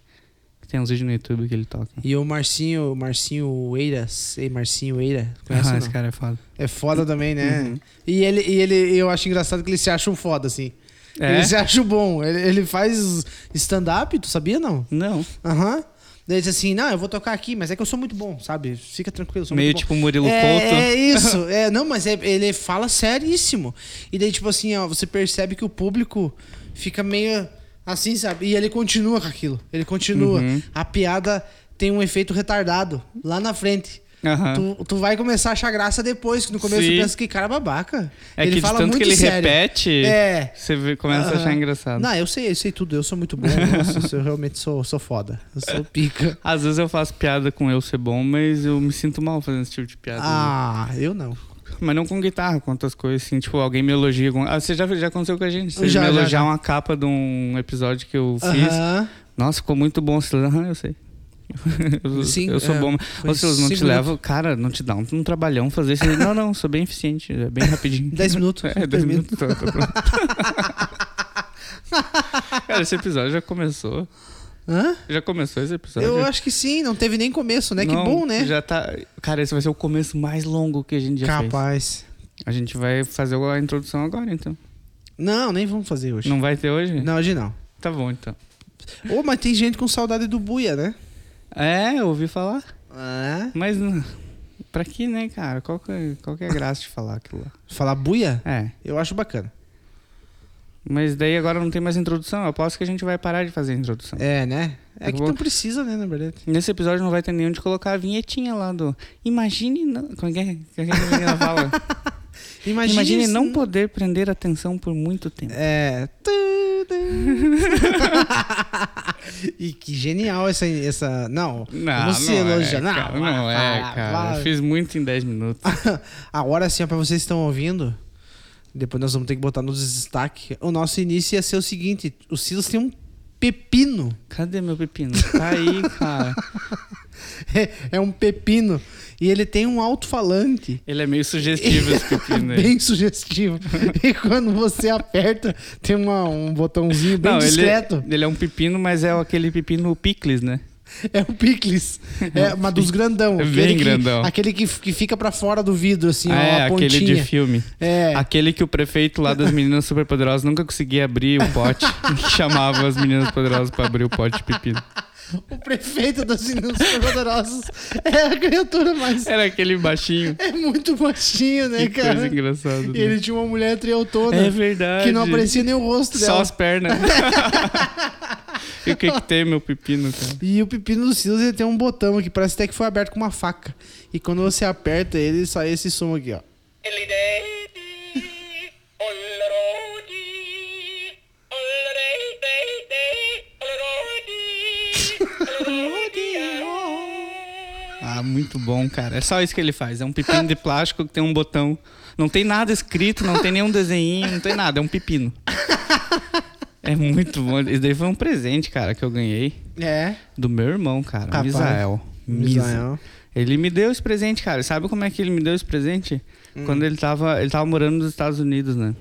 Speaker 1: Tem uns vídeos no YouTube que ele toca.
Speaker 4: E o Marcinho, Marcinho Eira, sei, Marcinho Eira, conhece
Speaker 1: Ah,
Speaker 4: ou
Speaker 1: esse
Speaker 4: não?
Speaker 1: cara é foda.
Speaker 4: É foda também, né? E ele, e ele, eu acho engraçado que ele se acha um foda, assim.
Speaker 1: É?
Speaker 4: Ele se acha bom. Ele, ele faz stand-up, tu sabia, não?
Speaker 1: Não.
Speaker 4: Aham. Daí ele diz assim, não, eu vou tocar aqui, mas é que eu sou muito bom, sabe? Fica tranquilo, eu sou
Speaker 1: Meio
Speaker 4: muito bom."
Speaker 1: tipo Murilo
Speaker 4: é,
Speaker 1: Couto.
Speaker 4: É isso, é, não, mas é- ele fala seríssimo. E daí, tipo assim, ó, você percebe que o público fica meio assim, sabe? E ele continua com aquilo. Ele continua.
Speaker 1: Uhum.
Speaker 4: A piada tem um efeito retardado lá na frente.
Speaker 1: Aham.
Speaker 4: é, Tu, tu vai começar a achar graça depois, que no começo
Speaker 1: Sim.
Speaker 4: tu pensa que cara babaca.
Speaker 1: É que de tanto que ele repete,
Speaker 4: É.
Speaker 1: você vê- começa a achar
Speaker 4: Aham.
Speaker 1: engraçado.
Speaker 4: Não, eu sei, eu sei tudo, eu sou muito bom. Nossa, eu realmente sou, sou foda. Eu sou pica.
Speaker 1: Às vezes eu faço piada com eu ser bom, mas eu me sinto mal fazendo esse tipo de piada.
Speaker 4: Ah, eu não.
Speaker 1: Mas não com guitarra, com outras coisas, assim, tipo, alguém me elogia. Com... Ah, você já, já aconteceu com a gente. Você
Speaker 4: Já,
Speaker 1: me
Speaker 4: já,
Speaker 1: elogiar
Speaker 4: já.
Speaker 1: uma capa de um episódio que eu fiz.
Speaker 4: Aham.
Speaker 1: Nossa, ficou muito bom, Silas. Aham, eu sei. Eu,
Speaker 4: Sim,
Speaker 1: eu sou
Speaker 4: é,
Speaker 1: bom.
Speaker 4: foi
Speaker 1: Ô, Silas, não te
Speaker 4: cinco
Speaker 1: leva. Cara, não te dá um, um trabalhão fazer isso. aí. Não, não, sou bem eficiente, é bem rapidinho.
Speaker 4: 10 minutos.
Speaker 1: É, 10
Speaker 4: termino.
Speaker 1: minutos. Tô, tô pronto. tá. Cara, esse episódio já começou.
Speaker 4: Hã?
Speaker 1: Já começou esse episódio?
Speaker 4: Eu acho que sim, não teve nem começo, né?
Speaker 1: Não,
Speaker 4: que bom, né?
Speaker 1: Já tá... Cara, esse vai ser o começo mais longo que a gente já fez.
Speaker 4: Capaz.
Speaker 1: A gente vai fazer a introdução agora, então.
Speaker 4: Não, nem vamos fazer hoje.
Speaker 1: Não vai ter hoje?
Speaker 4: Não, hoje não.
Speaker 1: Tá bom, então.
Speaker 4: Ô, mas tem gente com saudade do Buia, né?
Speaker 1: É, eu ouvi falar.
Speaker 4: Ah.
Speaker 1: Mas hum, pra que, né, cara? Qual que, é- qual que é a graça de falar aquilo lá?
Speaker 4: Falar Buia?
Speaker 1: É.
Speaker 4: Eu acho bacana.
Speaker 1: Mas daí agora não tem mais introdução. Eu aposto que a gente vai parar de fazer a introdução.
Speaker 4: É, né? É
Speaker 1: Eu
Speaker 4: que
Speaker 1: vou-
Speaker 4: não precisa, né, na verdade.
Speaker 1: Nesse episódio não vai ter nenhum de colocar a vinhetinha lá do. Imagine. Não... Como é que é que é que a menina fala?
Speaker 4: Imagine,
Speaker 1: Imagine
Speaker 4: se-
Speaker 1: não poder prender atenção por muito tempo.
Speaker 4: É. e que genial essa. essa... Não, vamos se elogiar.
Speaker 1: Não, é, cara, não é,
Speaker 4: vai,
Speaker 1: cara.
Speaker 4: vai.
Speaker 1: Eu Fiz muito em 10 minutos.
Speaker 4: Agora sim, ó, pra vocês que estão ouvindo, depois nós vamos ter que botar nos destaque. O nosso início ia ser o seguinte: o Silas tem um pepino.
Speaker 1: Cadê meu pepino? Tá aí, cara.
Speaker 4: É, um pepino. E ele tem um alto-falante.
Speaker 1: Ele é meio sugestivo esse pepino aí.
Speaker 4: Bem sugestivo. e quando você aperta, tem uma- um botãozinho bem
Speaker 1: Não, ele,
Speaker 4: discreto.
Speaker 1: ele é um pepino, mas é aquele pepino picles, né?
Speaker 4: É o picles. É, mas dos grandão.
Speaker 1: Bem
Speaker 4: aquele que-
Speaker 1: grandão.
Speaker 4: Aquele que, que fica pra fora do vidro, assim, ó,
Speaker 1: é,
Speaker 4: a
Speaker 1: aquele
Speaker 4: pontinha.
Speaker 1: de filme.
Speaker 4: É.
Speaker 1: Aquele que o prefeito lá das meninas superpoderosas nunca conseguia abrir o pote. que chamava as meninas poderosas pra abrir o pote de pepino.
Speaker 4: O prefeito das meninas poderosas é a criatura mais...
Speaker 1: Era aquele baixinho.
Speaker 4: É muito baixinho, né,
Speaker 1: É. Que
Speaker 4: cara?
Speaker 1: coisa engraçada. né?
Speaker 4: E ele tinha uma mulher triautona.
Speaker 1: É verdade.
Speaker 4: Que não aparecia nem o rosto
Speaker 1: Só
Speaker 4: dela.
Speaker 1: as pernas. e o que que tem, meu pepino, cara?
Speaker 4: E o pepino do Silas, ele tem um botão aqui. Parece até que foi aberto com uma faca. E quando você aperta ele, sai esse som aqui, ó.
Speaker 1: Ah, muito bom, cara. É só isso que ele faz. É um pepino de plástico que tem um botão. Não tem nada escrito, não tem nenhum desenho, não tem nada. É um pepino. É muito bom. Isso daí foi um presente, cara, que eu ganhei
Speaker 4: É.
Speaker 1: do meu irmão, cara. Um
Speaker 4: Capaz.
Speaker 1: Misael. Misa.
Speaker 4: Misael.
Speaker 1: Ele me deu esse presente, cara. Sabe como é que ele me deu esse presente? Quando ele tava, ele tava morando nos Estados Unidos, né?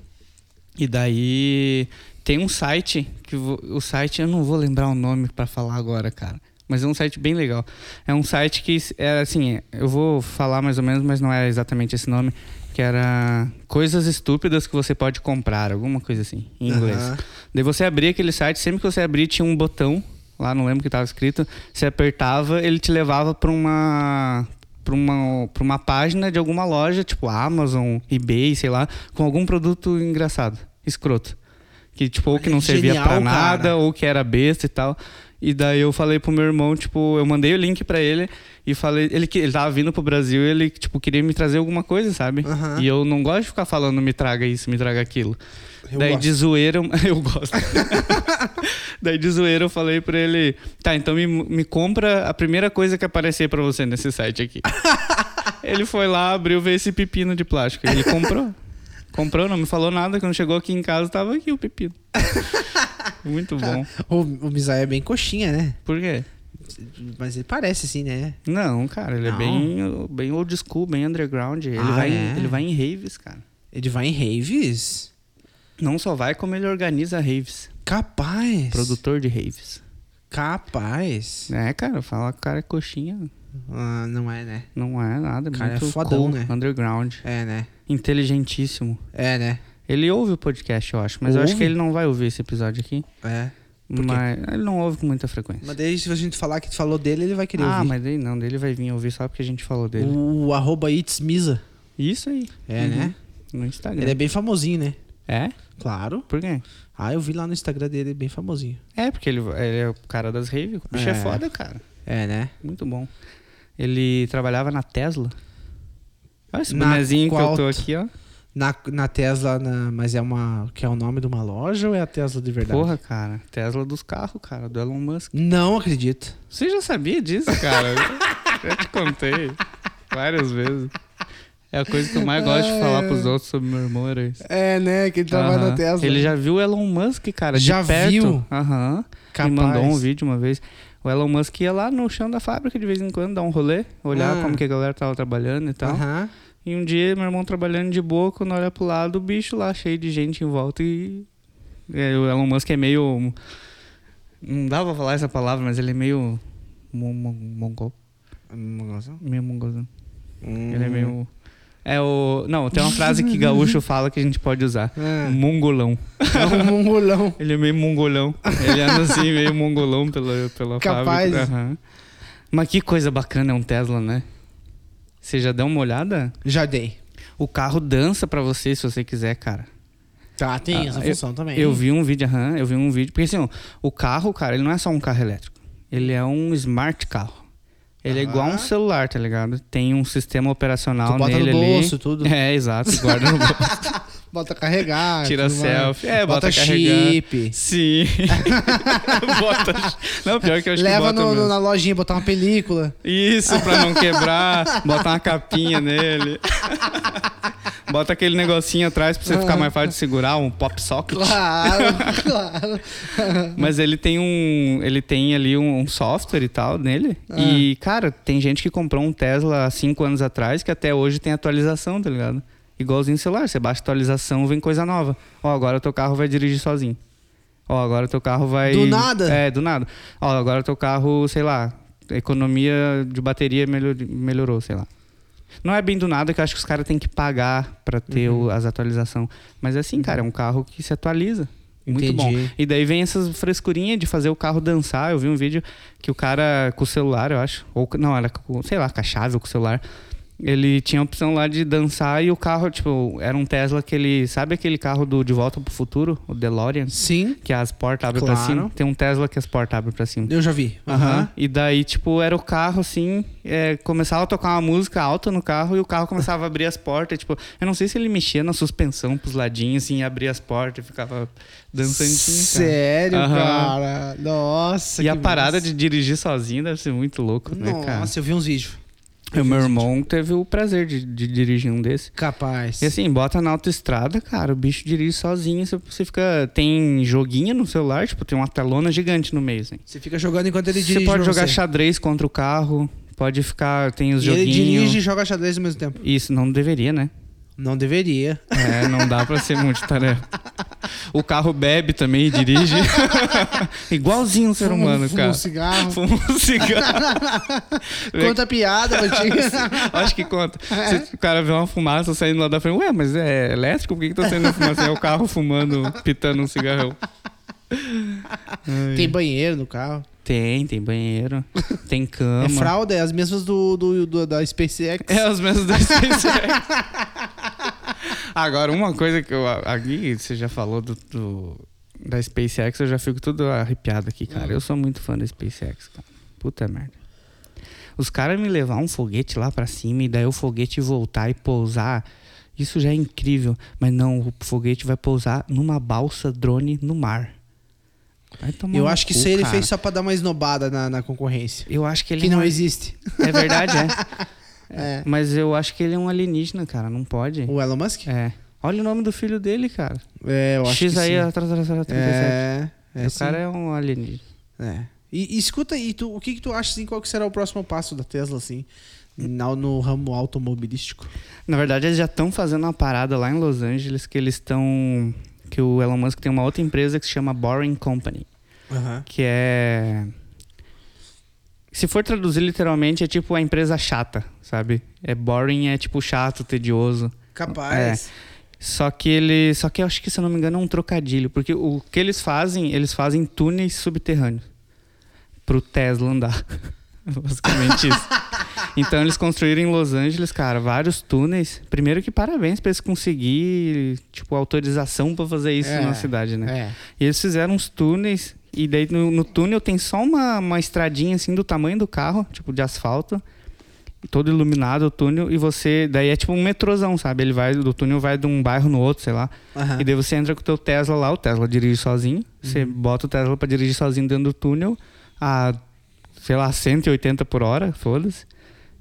Speaker 1: E daí tem um site que vo- o site eu não vou lembrar o nome pra falar agora, cara. Mas é um site bem legal. É um site que era assim, eu vou falar mais ou menos, mas não era exatamente esse nome, que era coisas estúpidas que você pode comprar, alguma coisa assim, em inglês.
Speaker 4: Aham.
Speaker 1: Daí você abria aquele site, sempre que você abria tinha um botão, lá não lembro o que estava escrito, você apertava, ele te levava para uma para uma, pra uma página de alguma loja, tipo Amazon, eBay, sei lá, com algum produto engraçado, escroto. Que, tipo, ou que não servia
Speaker 4: Genial,
Speaker 1: pra nada,
Speaker 4: cara.
Speaker 1: ou que era besta e tal. E daí eu falei pro meu irmão, tipo, eu mandei o link pra ele e falei, ele que ele tava vindo pro Brasil, ele tipo queria me trazer alguma coisa, sabe?
Speaker 4: Aham.
Speaker 1: E eu não gosto de ficar falando me traga isso, me traga aquilo.
Speaker 4: Eu
Speaker 1: daí
Speaker 4: gosto.
Speaker 1: de zoeira, eu- eu gosto. daí de zoeira eu falei pra ele, tá, então me, me compra a primeira coisa que aparecer pra você nesse site aqui. ele foi lá, abriu, veio esse pepino de plástico, ele comprou. Comprou, não me falou nada. Quando chegou aqui em casa, tava aqui o pepino. Muito bom.
Speaker 4: O, o Misael é bem coxinha, né?
Speaker 1: Por quê?
Speaker 4: Mas ele parece assim, né?
Speaker 1: Não, cara, ele
Speaker 4: Não.
Speaker 1: é bem, bem old school, bem underground. Ele,
Speaker 4: Ah,
Speaker 1: vai,
Speaker 4: é?
Speaker 1: em, ele vai em raves, cara.
Speaker 4: Ele vai em raves?
Speaker 1: Não só vai, como ele organiza raves.
Speaker 4: Capaz.
Speaker 1: Produtor de raves.
Speaker 4: Capaz.
Speaker 1: É, cara, fala que o cara é coxinha.
Speaker 4: Ah, não é, né?
Speaker 1: Não é nada.
Speaker 4: Cara, é
Speaker 1: muito
Speaker 4: fodão,
Speaker 1: cool,
Speaker 4: né?
Speaker 1: Underground.
Speaker 4: É, né?
Speaker 1: Inteligentíssimo.
Speaker 4: É, né?
Speaker 1: Ele ouve o podcast, eu acho. Mas eu acho
Speaker 4: Ouve?
Speaker 1: que ele não vai ouvir esse episódio aqui.
Speaker 4: É. Por quê?
Speaker 1: Mas ele não ouve com muita frequência.
Speaker 4: Mas daí, se a gente falar que tu falou dele, ele vai querer
Speaker 1: ah,
Speaker 4: ouvir.
Speaker 1: mas daí não. Daí ele vai vir ouvir só porque a gente falou dele.
Speaker 4: O arroba It's Misa.
Speaker 1: Isso aí. Uhum.
Speaker 4: É, né?
Speaker 1: No Instagram.
Speaker 4: Ele é bem famosinho, né?
Speaker 1: É?
Speaker 4: Claro.
Speaker 1: Por quê?
Speaker 4: Ah, eu vi lá no Instagram dele, bem famosinho.
Speaker 1: É, porque ele, ele é o cara das raves. O bicho é.
Speaker 4: É.
Speaker 1: foda, cara.
Speaker 4: É, né?
Speaker 1: Muito bom. Ele trabalhava na Tesla. Olha esse
Speaker 4: Na
Speaker 1: bonezinho que eu tô
Speaker 4: qual-
Speaker 1: aqui, ó.
Speaker 4: Na, na Tesla, na- mas é uma. Que é o nome de uma loja ou é a Tesla de verdade?
Speaker 1: Porra, cara. Tesla dos carros, cara. Do Elon Musk.
Speaker 4: Não acredito.
Speaker 1: Você já sabia disso, cara? eu te contei várias vezes. É a coisa que eu mais gosto de falar pros outros sobre meu irmão, era isso.
Speaker 4: É, né? Que ele
Speaker 1: Aham. Ele já viu o Elon Musk, cara,
Speaker 4: Já
Speaker 1: de perto.
Speaker 4: viu?
Speaker 1: Aham.
Speaker 4: Capaz.
Speaker 1: Me mandou um vídeo uma vez. O Elon Musk ia lá no chão da fábrica de vez em quando, dar um rolê, olhar
Speaker 4: Ah.
Speaker 1: como que a galera tava trabalhando e tal.
Speaker 4: Aham.
Speaker 1: E um dia, meu irmão trabalhando de boa, quando olha pro lado, o bicho lá cheio de gente em volta e. É, o Elon Musk é meio. Não dá pra falar essa palavra, mas ele é meio. mon- mon- Mongol. Meio mongolzão. Hum. Ele
Speaker 4: Uhum.
Speaker 1: é meio. É o. Não, tem uma frase que gaúcho fala que a gente pode usar:
Speaker 4: Ah.
Speaker 1: mongolão.
Speaker 4: É um mongolão.
Speaker 1: Ele é meio mongolão. Ele anda assim, meio mongolão pela, pela
Speaker 4: Capaz.
Speaker 1: fábrica. Aham. Mas que coisa bacana é um Tesla, né? Você já deu uma olhada?
Speaker 4: Já dei.
Speaker 1: O carro dança pra você se você quiser, cara.
Speaker 4: Tá, tem essa
Speaker 1: Ah,
Speaker 4: função também.
Speaker 1: Eu vi um vídeo, aham, eu vi um vídeo. Porque assim, ó, o carro, cara, ele não é só um carro elétrico. Ele é um smart carro. Ele é igual um celular, tá ligado? Tem um sistema operacional
Speaker 4: Tu bota no
Speaker 1: nele ali.
Speaker 4: bolso, tudo.
Speaker 1: É, exato. Guarda no bolso,
Speaker 4: Bota carregar.
Speaker 1: tira
Speaker 4: Ah, tudo mais.
Speaker 1: selfie. É, bota, carregando.
Speaker 4: chip.
Speaker 1: Sim. bota. Não, pior que eu acho
Speaker 4: Leva
Speaker 1: que bota
Speaker 4: no-
Speaker 1: mesmo.
Speaker 4: na lojinha, botar uma película.
Speaker 1: Isso, pra não quebrar. Bota uma capinha nele. Bota aquele negocinho atrás pra você ficar mais fácil de segurar, um pop socket.
Speaker 4: Claro, claro.
Speaker 1: Mas ele tem um. Ele tem ali um, um software e tal nele.
Speaker 4: Ah.
Speaker 1: E, cara, tem gente que comprou um Tesla há cinco anos atrás que até hoje tem atualização, tá ligado? Igualzinho o celular. Você baixa a atualização, vem coisa nova. Ó, agora teu carro vai dirigir sozinho. Ó, agora teu carro vai.
Speaker 4: Do nada?
Speaker 1: É, do nada. Ó, agora teu carro, sei lá, economia de bateria melhor- melhorou, sei lá. Não é bem do nada que eu acho que os caras têm que pagar pra ter
Speaker 4: Uhum.
Speaker 1: o- as atualizações. Mas é assim, cara, é um carro que se atualiza. Muito bom.
Speaker 4: Entendi.
Speaker 1: E daí vem essas frescurinhas de fazer o carro dançar. Eu vi um vídeo que o cara com o celular, eu acho, ou não, era com, sei lá, com a chave ou com o celular. Ele tinha a opção lá de dançar e o carro, tipo, era um Tesla que ele. Sabe aquele carro do De Volta pro Futuro, o DeLorean?
Speaker 4: Sim,
Speaker 1: Que as portas abrem pra
Speaker 4: Claro.
Speaker 1: cima. Tem um Tesla que as portas abrem pra cima.
Speaker 4: eu já vi.
Speaker 1: Aham. E daí, tipo, era o carro assim, é, começava a tocar uma música alta no carro e o carro começava a abrir as portas. Tipo, eu não sei se ele mexia na suspensão pros ladinhos, assim, e abria as portas e ficava dançandinho. Cara.
Speaker 4: Sério,
Speaker 1: Aham.
Speaker 4: cara? Nossa,
Speaker 1: E
Speaker 4: é que
Speaker 1: a parada
Speaker 4: massa.
Speaker 1: de dirigir sozinho deve ser muito louco, né, cara?
Speaker 4: Nossa, eu vi uns vídeos.
Speaker 1: E o meu irmão teve o prazer de, de dirigir um desse.
Speaker 4: Capaz.
Speaker 1: E assim, bota na autoestrada, cara, o bicho dirige sozinho, você, você fica. Tem joguinho no celular, tipo, tem uma telona gigante no meio, assim.
Speaker 4: Você fica jogando enquanto ele dirige.
Speaker 1: Você pode
Speaker 4: pra
Speaker 1: jogar
Speaker 4: você.
Speaker 1: xadrez contra o carro, pode ficar, tem os
Speaker 4: E ele
Speaker 1: joguinhos.
Speaker 4: dirige e joga xadrez ao mesmo tempo.
Speaker 1: Isso, não deveria, né?
Speaker 4: Não deveria.
Speaker 1: É, não dá pra ser multitarefa. O carro bebe também e dirige. Igualzinho um ser
Speaker 4: Fuma um-
Speaker 1: humano,
Speaker 4: fuma
Speaker 1: cara.
Speaker 4: um cigarro.
Speaker 1: Fuma um cigarro. Vê-
Speaker 4: Conta piada, Matinho.
Speaker 1: Acho que conta. Se o cara vê uma fumaça saindo lá da frente, ué, mas é elétrico? Por que, que tá saindo fumaça? É o carro fumando, pitando um cigarrão.
Speaker 4: Tem banheiro no carro.
Speaker 1: Tem, tem banheiro, tem cama.
Speaker 4: É fralda, é as mesmas do, do, do- da SpaceX.
Speaker 1: É os mesmos dois SpaceX. Agora, uma coisa que eu. Aqui, você já falou do, do- da SpaceX, eu já fico todo arrepiado aqui, cara. Eu sou muito fã da SpaceX, cara. Puta merda. Os caras me levar um foguete lá pra cima e daí o foguete voltar e pousar. Isso já é incrível. Mas não, o foguete vai pousar numa balsa drone no mar. Vai tomar
Speaker 4: Eu
Speaker 1: no
Speaker 4: acho que
Speaker 1: cu,
Speaker 4: isso aí ele
Speaker 1: cara.
Speaker 4: fez só pra dar uma esnobada na, na concorrência.
Speaker 1: Eu acho que ele
Speaker 4: Que não
Speaker 1: é-
Speaker 4: existe.
Speaker 1: É verdade, é.
Speaker 4: É.
Speaker 1: Mas eu acho que ele é um alienígena, cara. Não pode.
Speaker 4: O Elon Musk?
Speaker 1: É. Olha o nome do filho dele, cara.
Speaker 5: É, eu acho
Speaker 1: X
Speaker 5: que
Speaker 1: aí,
Speaker 5: sim.
Speaker 1: atrás, atrás, atrás, 37.
Speaker 5: É, é
Speaker 1: o
Speaker 5: sim.
Speaker 1: cara é um alienígena.
Speaker 5: É. E, e escuta, e tu, o que que tu acha, assim, qual que será o próximo passo da Tesla, assim, na, no ramo automobilístico?
Speaker 1: Na verdade, eles já estão fazendo uma parada lá em Los Angeles que eles estão. Que o Elon Musk tem uma outra empresa que se chama Boring Company.
Speaker 5: Aham.
Speaker 1: Que é. Se for traduzir literalmente, é tipo a empresa chata, sabe? É boring, é tipo chato, tedioso.
Speaker 5: Capaz.
Speaker 1: Só que ele. Só que eu acho que, se eu não me engano, é um trocadilho. Porque o que eles fazem, eles fazem túneis subterrâneos. Pro Tesla andar. Basicamente isso. Então eles construíram em Los Angeles, cara, vários túneis. Primeiro que parabéns pra eles conseguir, tipo, autorização pra fazer isso
Speaker 5: É,
Speaker 1: na cidade, né?
Speaker 5: É.
Speaker 1: E eles fizeram uns túneis. E daí no, no túnel tem só uma, uma estradinha assim do tamanho do carro, tipo de asfalto. Todo iluminado o túnel. E você. Daí é tipo um metrozão, sabe? Ele vai do túnel, vai de um bairro no outro, sei lá.
Speaker 5: Aham.
Speaker 1: E daí você entra com o teu Tesla lá, o Tesla dirige
Speaker 5: Uhum.
Speaker 1: sozinho. Você bota o Tesla pra dirigir sozinho dentro do túnel. A, sei lá, 180 por hora, foda-se.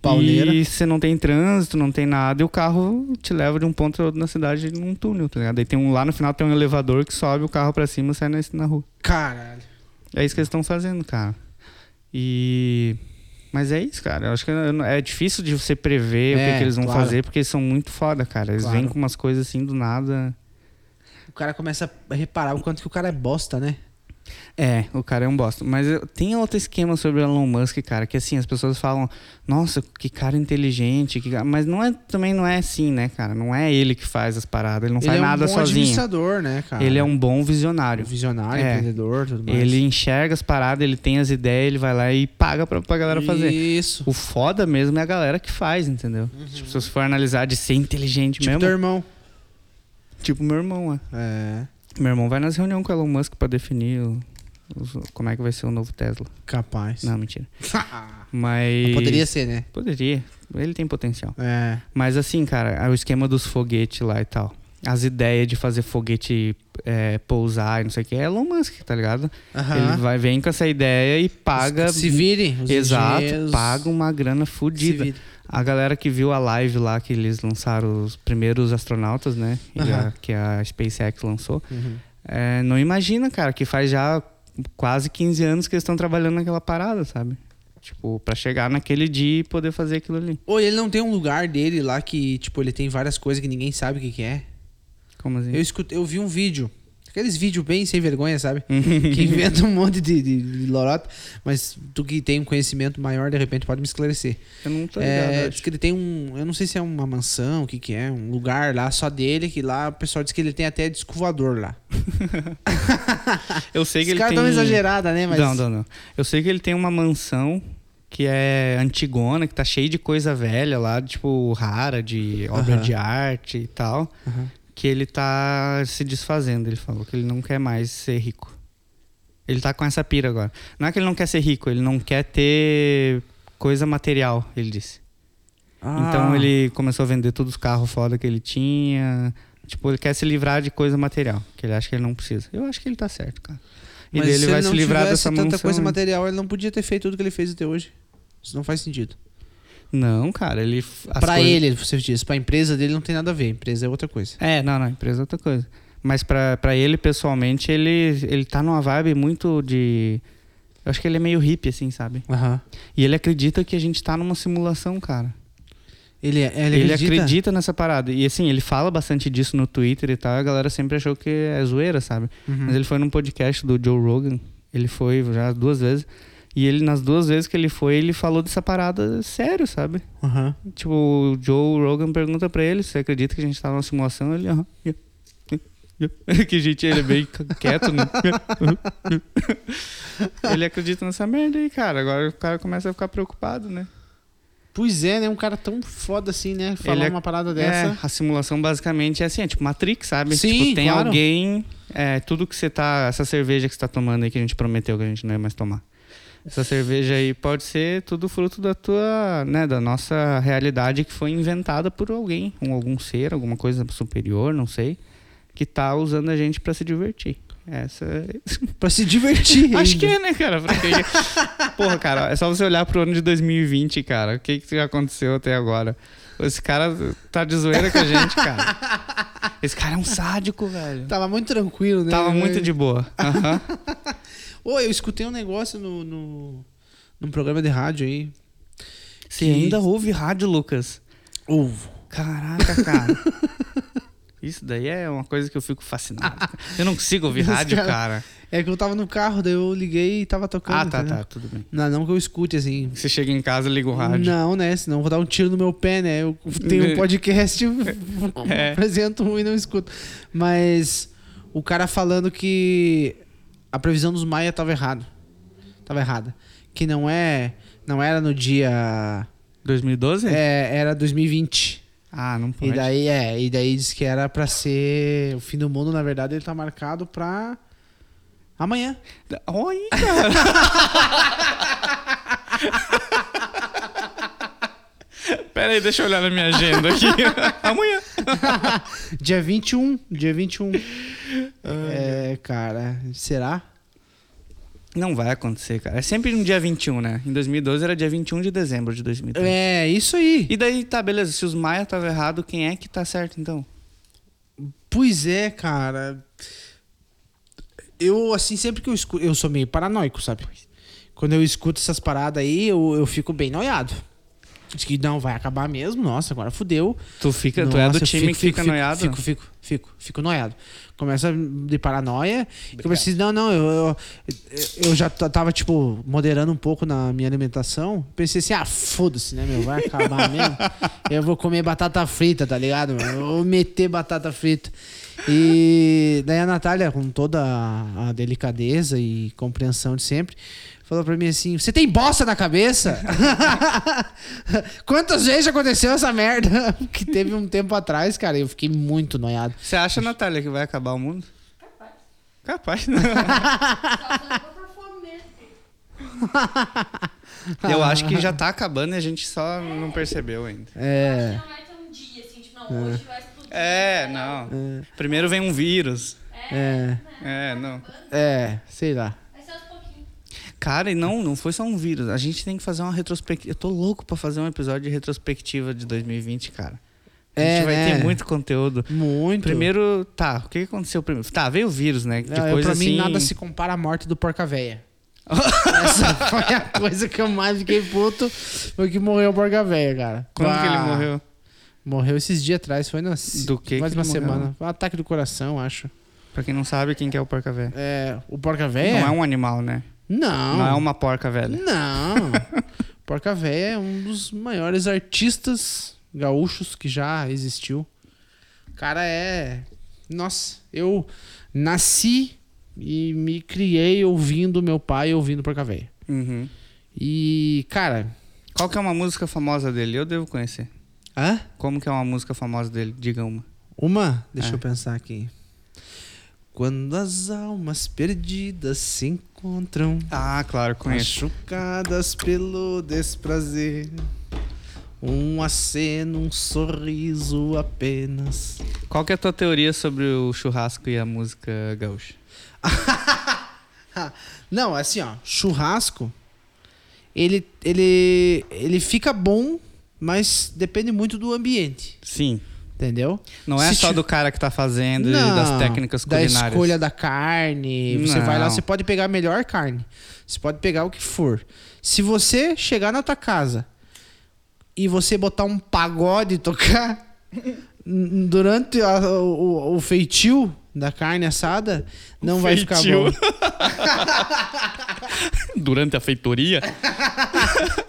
Speaker 5: Pauleira.
Speaker 1: E você não tem trânsito, não tem nada, e o carro te leva de um ponto a outro na cidade num túnel, tá ligado? Aí tem um, lá no final tem um elevador que sobe o carro pra cima e sai na, na rua.
Speaker 5: Caralho.
Speaker 1: É isso que eles estão fazendo, cara. E. Mas é isso, cara. Eu acho que eu não- é difícil de você prever o
Speaker 5: É,
Speaker 1: que, que eles vão
Speaker 5: claro.
Speaker 1: fazer, porque eles são muito foda, cara. Eles
Speaker 5: Claro.
Speaker 1: vêm com umas coisas assim do nada.
Speaker 5: O cara começa a reparar o quanto que o cara é bosta, né?
Speaker 1: É, o cara é um bosta. Mas eu- tem outro esquema sobre o Elon Musk, cara, que assim, as pessoas falam, nossa, que cara inteligente, que cara... mas não é, também não é assim, né, cara? Não é ele que faz as paradas, ele não faz
Speaker 5: ele
Speaker 1: nada
Speaker 5: é um bom
Speaker 1: sozinho.
Speaker 5: administrador, né, cara?
Speaker 1: Ele é um bom visionário.
Speaker 5: visionário,
Speaker 1: É.
Speaker 5: empreendedor, tudo mais.
Speaker 1: Ele enxerga as paradas, ele tem as ideias, ele vai lá e paga pra, pra galera fazer.
Speaker 5: Isso.
Speaker 1: O foda mesmo é a galera que faz, entendeu? Tipo, se você for analisar de ser inteligente
Speaker 5: Uhum. Tipo teu
Speaker 1: mesmo,
Speaker 5: irmão.
Speaker 1: tipo meu irmão, é.
Speaker 5: É.
Speaker 1: Meu irmão vai nas reuniões com o Elon Musk pra definir o- os- como é que vai ser o novo Tesla.
Speaker 5: Capaz.
Speaker 1: Não, mentira. Mas.
Speaker 5: Poderia ser, né?
Speaker 1: Poderia. Ele tem potencial.
Speaker 5: É.
Speaker 1: Mas assim, cara, o esquema dos foguetes lá e tal. As ideias de fazer foguete é, pousar e não sei o que é Elon Musk, tá ligado? Ele vai, vem com essa ideia e paga.
Speaker 5: Se virem. os
Speaker 1: Exato,
Speaker 5: engenheiros
Speaker 1: paga uma grana
Speaker 5: se
Speaker 1: fodida.
Speaker 5: virem.
Speaker 1: A galera que viu a live lá que eles lançaram os primeiros astronautas, né? E
Speaker 5: Aham.
Speaker 1: a- que a SpaceX lançou.
Speaker 5: Uhum.
Speaker 1: É, não imagina, cara, que faz já quase 15 anos que eles estão trabalhando naquela parada, sabe? Tipo, pra chegar naquele dia e poder fazer aquilo ali.
Speaker 5: Ou ele não tem um lugar dele lá que, tipo, ele tem várias coisas que ninguém sabe o que, que é.
Speaker 1: Como assim?
Speaker 5: Eu escutei, eu vi um vídeo. Aqueles vídeos bem sem vergonha, sabe? que inventam um monte de, de, de lorota. Mas tu que tem um conhecimento maior, de repente, pode me esclarecer.
Speaker 1: Eu não tô Tá ligado.
Speaker 5: É,
Speaker 1: eu
Speaker 5: diz
Speaker 1: acho.
Speaker 5: que ele tem um. Eu não sei se é uma mansão, o que, que é, um lugar lá só dele, que lá o pessoal diz que ele tem até descovador lá.
Speaker 1: Eu sei que
Speaker 5: Os
Speaker 1: ele
Speaker 5: caras
Speaker 1: tem...
Speaker 5: dão uma exagerada, né? Mas.
Speaker 1: Não, não, não. Eu sei que ele tem uma mansão que é antigona, que tá cheia de coisa velha lá, tipo, rara, de obra
Speaker 5: Aham.
Speaker 1: de arte e tal.
Speaker 5: Aham.
Speaker 1: Que ele tá se desfazendo. Ele falou que ele não quer mais ser rico. Ele tá com essa pira agora. Não é que ele não quer ser rico, ele não quer ter coisa material, ele disse.
Speaker 5: Ah,
Speaker 1: Então ele começou a vender todos os carros foda que ele tinha. Tipo, ele quer se livrar de coisa material, que ele acha que ele não precisa. Eu acho que ele tá certo, cara. E
Speaker 5: mas
Speaker 1: daí ele
Speaker 5: se
Speaker 1: vai
Speaker 5: não
Speaker 1: se livrar
Speaker 5: tivesse
Speaker 1: dessa
Speaker 5: tanta
Speaker 1: mansão.
Speaker 5: coisa
Speaker 1: né?
Speaker 5: material, ele não podia ter feito tudo que ele fez até hoje. Isso não faz sentido.
Speaker 1: Não, cara, ele. as
Speaker 5: pra
Speaker 1: coisas-
Speaker 5: ele, você diz, pra empresa dele não tem nada a ver. A empresa é outra coisa.
Speaker 1: É, não, não, empresa é outra coisa. Mas pra, pra ele, pessoalmente, ele, ele tá numa vibe muito de. Eu acho que ele é meio hippie, assim, sabe?
Speaker 5: Aham.
Speaker 1: E ele acredita que a gente tá numa simulação, cara.
Speaker 5: Ele, é- ele,
Speaker 1: Ele
Speaker 5: acredita.
Speaker 1: acredita? nessa parada. E assim, ele fala bastante disso no Twitter e tal. e A galera sempre achou que é zoeira, sabe?
Speaker 5: Uhum.
Speaker 1: Mas ele foi num podcast do Joe Rogan. Ele foi já duas vezes. E ele, nas duas vezes que ele foi, ele falou dessa parada sério, sabe?
Speaker 5: Aham.
Speaker 1: Tipo, o Joe Rogan pergunta pra ele: Você acredita que a gente tá numa simulação? Ele, aham. yeah, yeah, yeah." que a gente, ele é bem quieto, né? ele acredita nessa merda aí, cara. Agora o cara começa a ficar preocupado, né?
Speaker 5: Pois é, né? Um cara tão foda assim, né? Falar
Speaker 1: é-
Speaker 5: uma parada dessa.
Speaker 1: É, a simulação basicamente é assim, é tipo Matrix, sabe?
Speaker 5: Sim,
Speaker 1: tipo, tem
Speaker 5: claro.
Speaker 1: alguém, é, tudo que você tá, essa cerveja que você tá tomando aí que a gente prometeu que a gente não ia mais tomar. Essa cerveja aí pode ser tudo fruto da tua, né, da nossa realidade que foi inventada por alguém, um, algum ser, alguma coisa superior, não sei, que tá usando a gente pra se divertir. Essa.
Speaker 5: É, Pra se divertir.
Speaker 1: Acho que
Speaker 5: ainda.
Speaker 1: é, né, cara? Pra quem- Porra, cara, é só você olhar pro ano de 2020, cara. O que que aconteceu até agora? Esse cara tá de zoeira com a gente, cara. Esse cara é um sádico, velho.
Speaker 5: Tava muito tranquilo, né?
Speaker 1: Tava muito de boa. Aham.
Speaker 5: Ô, eu escutei um negócio no, no, num programa de rádio aí.
Speaker 1: Você
Speaker 5: Que-
Speaker 1: ainda ouve rádio, Lucas?
Speaker 5: Ovo.
Speaker 1: Caraca, cara. Isso daí é uma coisa que eu fico fascinado. cara. Eu não consigo ouvir
Speaker 5: Os
Speaker 1: rádio,
Speaker 5: cara-
Speaker 1: cara.
Speaker 5: É que eu tava no carro, daí eu liguei e tava tocando.
Speaker 1: Ah, tá,
Speaker 5: entendeu?
Speaker 1: tá, tudo bem.
Speaker 5: Não, não que eu escute, assim.
Speaker 1: Você chega em casa, liga o rádio.
Speaker 5: Não, né? Senão eu vou dar um tiro no meu pé, né? Eu tenho um podcast, eu apresento um e não escuto. Mas o cara falando que a previsão dos Maia tava errado. Tava errada. Que não é. Não era no dia.
Speaker 1: 2012?
Speaker 5: é, era 2020.
Speaker 1: Ah, não
Speaker 5: E
Speaker 1: pode.
Speaker 5: daí, é, e daí diz que era pra ser. O fim do mundo, na verdade, ele tá marcado pra. Amanhã.
Speaker 1: Oi, cara. Pera aí, deixa eu olhar na minha agenda aqui. Amanhã.
Speaker 5: Dia 21. Dia 21. é, cara, será?
Speaker 1: Não vai acontecer, cara. É sempre no dia 21, né? Em 2012 era dia 21 de dezembro de 2012.
Speaker 5: É, isso aí.
Speaker 1: E daí, tá, beleza. Se os Maia estavam errado, quem é que tá certo, então?
Speaker 5: Pois é, cara. Eu, assim, sempre que eu escuto. Eu sou meio paranoico, sabe? Quando eu escuto essas paradas aí, eu, eu fico bem noiado. Diz que não, vai acabar mesmo. Nossa, agora fudeu.
Speaker 1: Tu fica, tu é
Speaker 5: Nossa,
Speaker 1: do
Speaker 5: eu
Speaker 1: time
Speaker 5: fico-
Speaker 1: que fica
Speaker 5: fico,
Speaker 1: noiado?
Speaker 5: Fico, fico, fico, fico noiado. Começa de paranoia. Eu preciso, não, não, eu, eu, eu já t- tava, tipo, moderando um pouco na minha alimentação. Pensei assim, ah, foda-se, né, meu? Vai acabar mesmo. Eu vou comer batata frita, tá ligado? meu? Eu vou meter batata frita. E daí a Natália, com toda a a delicadeza e compreensão de sempre, falou pra mim assim: Você tem bosta na cabeça? Quantas vezes já aconteceu essa merda? Que teve um tempo atrás, cara, eu fiquei muito noiado.
Speaker 1: Você acha, Natália, que vai acabar o mundo? Capaz. Capaz, né? Eu acho que já tá acabando e a gente só não percebeu ainda.
Speaker 5: É.
Speaker 6: Não é que é um dia, assim, tipo, não, hoje vai explodir.
Speaker 1: É, não. Primeiro vem um vírus.
Speaker 5: É.
Speaker 1: É, não.
Speaker 5: É, sei lá.
Speaker 6: Vai ser aos pouquinhos.
Speaker 1: Cara, e não, não foi só um vírus. A gente tem que fazer uma retrospectiva. Eu tô louco pra fazer um episódio de retrospectiva de 2020, cara. A gente
Speaker 5: É,
Speaker 1: vai
Speaker 5: né?
Speaker 1: ter muito conteúdo.
Speaker 5: Muito.
Speaker 1: Primeiro, tá, o que aconteceu primeiro? Tá, veio o vírus, né?
Speaker 5: Não,
Speaker 1: Depois,
Speaker 5: eu, pra
Speaker 1: assim...
Speaker 5: mim, nada se compara à morte do Porca Véia. Essa foi a coisa que eu mais fiquei puto. Foi que morreu o Porca Véia, cara.
Speaker 1: Quando que ele
Speaker 5: Bah.
Speaker 1: morreu?
Speaker 5: Morreu esses dias atrás, foi na se-
Speaker 1: Do que
Speaker 5: mais
Speaker 1: que
Speaker 5: uma
Speaker 1: ele
Speaker 5: semana. Um ataque do coração, acho.
Speaker 1: Pra quem não sabe, quem que é o porca velha?
Speaker 5: É, o Porca Véia?
Speaker 1: Não é um animal, né?
Speaker 5: Não.
Speaker 1: Não, é uma porca velha.
Speaker 5: Não. Porca Véia é um dos maiores artistas gaúchos que já existiu. O cara é. Nossa, eu nasci e me criei ouvindo meu pai ouvindo Porca Véia.
Speaker 1: Uhum.
Speaker 5: E, cara.
Speaker 1: Qual que é uma música famosa dele? Eu devo conhecer.
Speaker 5: Hã?
Speaker 1: Como que é uma música famosa dele? Diga uma.
Speaker 5: Ah, Uma?
Speaker 1: É.
Speaker 5: Deixa eu pensar aqui. Quando as almas perdidas se encontram.
Speaker 1: Ah, claro, conheço.
Speaker 5: Machucadas pelo desprazer. Um aceno, um sorriso apenas.
Speaker 1: Qual que é a tua teoria sobre o churrasco e a música gaúcha?
Speaker 5: Não, assim, ó, churrasco, ele, ele, ele fica bom, mas depende muito do ambiente,
Speaker 1: Sim.
Speaker 5: entendeu?
Speaker 1: Não é
Speaker 5: Se
Speaker 1: só
Speaker 5: ti-
Speaker 1: do cara que tá fazendo e
Speaker 5: Não,
Speaker 1: das técnicas
Speaker 5: da
Speaker 1: culinárias.
Speaker 5: escolha da carne. Você vai lá,
Speaker 1: Não.
Speaker 5: você pode pegar a melhor carne. Você pode pegar o que for. Se você chegar na tua casa e você botar um pagode tocar n- durante a- o, o- o feitio da carne assada, não vai ficar
Speaker 1: feitio.
Speaker 5: bom.
Speaker 1: Durante a feitoria?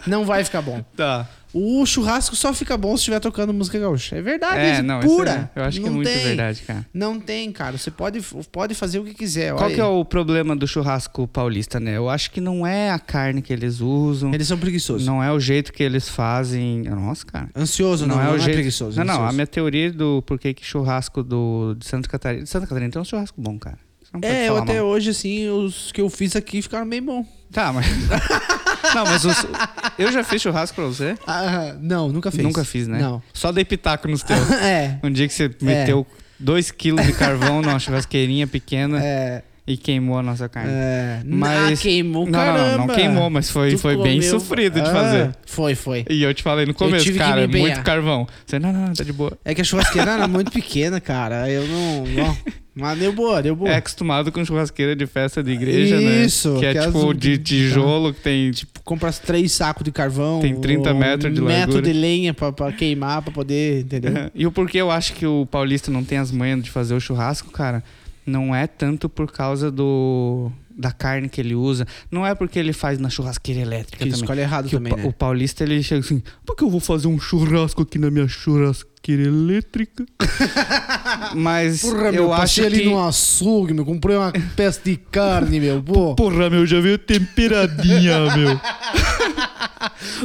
Speaker 5: Não vai ficar bom.
Speaker 1: Tá.
Speaker 5: O churrasco só fica bom se estiver tocando música gaúcha. É verdade,
Speaker 1: É,
Speaker 5: é,
Speaker 1: não, isso
Speaker 5: pura.
Speaker 1: é- eu acho que é
Speaker 5: Não
Speaker 1: muito
Speaker 5: tem.
Speaker 1: verdade, cara.
Speaker 5: Não tem, cara. Você pode, pode fazer o que quiser.
Speaker 1: Qual
Speaker 5: olha
Speaker 1: que é
Speaker 5: aí.
Speaker 1: o problema do churrasco paulista, né? Eu acho que não é a carne que eles usam,
Speaker 5: Eles são preguiçosos.
Speaker 1: não é o jeito que eles fazem. Nossa, cara.
Speaker 5: Ansioso, não, não, é,
Speaker 1: jeito...
Speaker 5: preguiçoso.
Speaker 1: Não, não,
Speaker 5: ansioso.
Speaker 1: a minha teoria do porquê que churrasco do, de Santa Catarina... De Santa Catarina tem um churrasco bom, cara. Você não pode
Speaker 5: É, eu
Speaker 1: falar
Speaker 5: até
Speaker 1: mal.
Speaker 5: hoje, assim, os que eu fiz aqui ficaram bem bom.
Speaker 1: Tá, mas... não, mas os- eu já fiz churrasco pra você?
Speaker 5: Ah, não, nunca fiz.
Speaker 1: Nunca fiz, né?
Speaker 5: Não.
Speaker 1: Só dei pitaco nos teus.
Speaker 5: é,
Speaker 1: Um dia que você meteu 2 quilos de carvão numa churrasqueirinha pequena
Speaker 5: é.
Speaker 1: e queimou a nossa carne.
Speaker 5: É,
Speaker 1: Mas-
Speaker 5: ah, queimou,
Speaker 1: não, não, não, não
Speaker 5: caramba.
Speaker 1: queimou, mas foi-
Speaker 5: Tu
Speaker 1: foi bem
Speaker 5: comeu-
Speaker 1: sofrido de
Speaker 5: Ah,
Speaker 1: fazer.
Speaker 5: Foi, foi.
Speaker 1: E eu te falei no começo,
Speaker 5: tive que
Speaker 1: cara,
Speaker 5: me empenhar.
Speaker 1: muito carvão. Você, não, não, não, tá de boa.
Speaker 5: É que a churrasqueira era muito pequena, cara. Eu não. não. Mas deu boa, deu boa.
Speaker 1: É acostumado com churrasqueira de festa de igreja, né?
Speaker 5: Isso,
Speaker 1: Que é
Speaker 5: que as-
Speaker 1: tipo de tijolo, que tem tipo,
Speaker 5: Compra três sacos de carvão.
Speaker 1: Tem 30
Speaker 5: ou
Speaker 1: metros de
Speaker 5: um metro
Speaker 1: largura.
Speaker 5: de lenha pra, pra queimar, pra poder. Entendeu?
Speaker 1: E o porquê eu acho que o paulista não tem as manhas de fazer o churrasco, cara, não é tanto por causa do da carne que ele usa, não é porque ele faz na churrasqueira elétrica
Speaker 5: Que
Speaker 1: também.
Speaker 5: escolhe errado
Speaker 1: Que o,
Speaker 5: também,
Speaker 1: pa-
Speaker 5: né?
Speaker 1: o paulista ele chega assim, por que eu vou fazer um churrasco aqui na minha churrasqueira elétrica? Mas
Speaker 5: Porra, meu,
Speaker 1: eu acho
Speaker 5: passei ali
Speaker 1: que
Speaker 5: num açougue, meu. Comprei uma peça de carne, meu. Pô,
Speaker 1: Porra, meu, já veio temperadinha, meu.